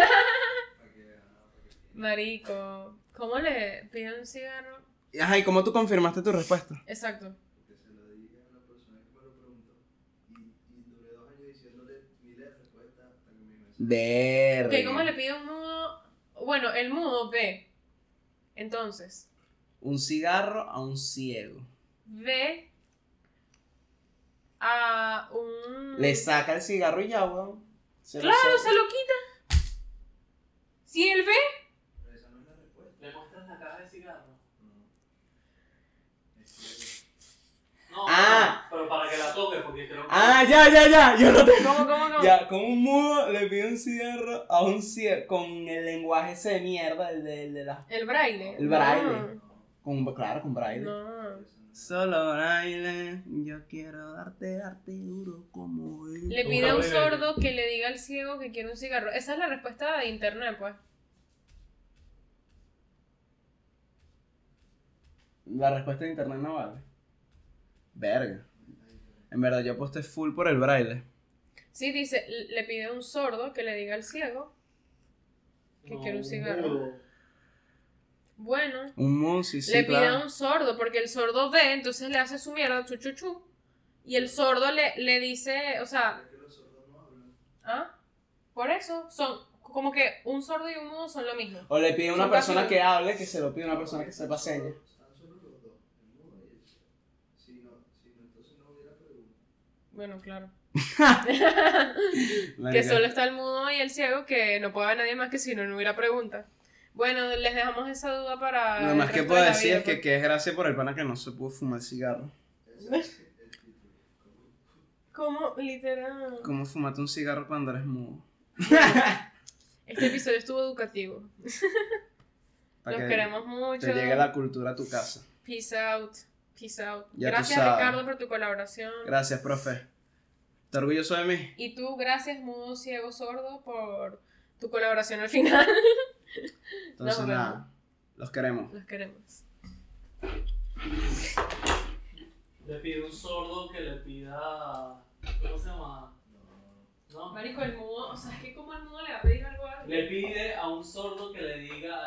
Speaker 2: Marico, ¿cómo le piden un cigarro?
Speaker 3: Ajá, ¿y cómo tú confirmaste tu respuesta?
Speaker 2: Exacto.
Speaker 3: Ver.
Speaker 2: Ok, ¿cómo le pide un mudo? Bueno, el mudo ve. Entonces,
Speaker 3: Un cigarro a un ciego.
Speaker 2: ve a un...
Speaker 3: Le saca el cigarro y ya, weón. Se lo
Speaker 2: Claro,
Speaker 3: saca.
Speaker 2: se lo quita. Si él ve,
Speaker 1: ¿Le muestras la caja de cigarro? No,
Speaker 3: Ah.
Speaker 1: pero para que la toque, porque creo que...
Speaker 3: Ah, ya, ya, ya. Yo lo tengo.
Speaker 2: ¿cómo, cómo, cómo?
Speaker 3: Ya, con un mudo le pide un cigarro a un ciego. Con el lenguaje ese de mierda, el de, el de las.
Speaker 2: El braille.
Speaker 3: El braille. Con, claro, con braille.
Speaker 2: No, no.
Speaker 3: Solo braille. Yo quiero darte, darte duro como él.
Speaker 2: Le pide a un sordo que le diga al ciego que quiere un cigarro. Esa es la respuesta de internet, pues.
Speaker 3: La respuesta de internet no vale. Verga. En verdad, yo aposté full por el braille.
Speaker 2: Sí, dice, le pide a un sordo que le diga al ciego que
Speaker 1: No,
Speaker 2: quiere un cigarro.
Speaker 1: mudo.
Speaker 2: Bueno,
Speaker 3: Un mudo, sí, sí,
Speaker 2: le pide
Speaker 3: claro.
Speaker 2: a un sordo porque el sordo ve, entonces le hace su mierda, chu, chu, chu. Y el sordo le, le dice, o sea... ¿Ah? Por eso, son como que un sordo y un mudo son lo mismo.
Speaker 3: O le pide a una
Speaker 2: Son casi
Speaker 3: persona
Speaker 2: lo-
Speaker 3: que hable, que se lo pide a una persona que sepa señas.
Speaker 2: Bueno, claro. que
Speaker 3: Verga.
Speaker 2: solo está el mudo y el ciego, que no puede haber nadie más que si no, no hubiera pregunta. Bueno, les dejamos esa duda para.
Speaker 3: Lo
Speaker 2: el
Speaker 3: más que
Speaker 2: resto
Speaker 3: puedo
Speaker 2: de la
Speaker 3: decir
Speaker 2: vida,
Speaker 3: es que,
Speaker 2: pues.
Speaker 3: que es gracias por el pana que no se pudo fumar cigarro.
Speaker 2: pues. ¿Cómo? Literal.
Speaker 3: ¿Cómo fumarte un cigarro cuando eres mudo?
Speaker 2: Este episodio estuvo educativo.
Speaker 3: Para
Speaker 2: Los
Speaker 3: que
Speaker 2: queremos mucho.
Speaker 3: te llegue la cultura a tu casa.
Speaker 2: Peace out. Peace out.
Speaker 3: Ya tú
Speaker 2: gracias,
Speaker 3: sabes.
Speaker 2: Ricardo, por tu colaboración.
Speaker 3: Gracias, profe. ¿Estás orgulloso de mí?
Speaker 2: Y tú, gracias, mudo, ciego, sordo, por tu colaboración al final.
Speaker 3: Entonces,
Speaker 2: Nos vemos.
Speaker 3: nada. Los queremos.
Speaker 2: Los queremos.
Speaker 1: Le pide un sordo que le pida... ¿Cómo se llama? No.
Speaker 2: Marico, el mudo, o sea, es que como el mudo le va a pedir algo a alguien.
Speaker 1: Le pide a un sordo que le diga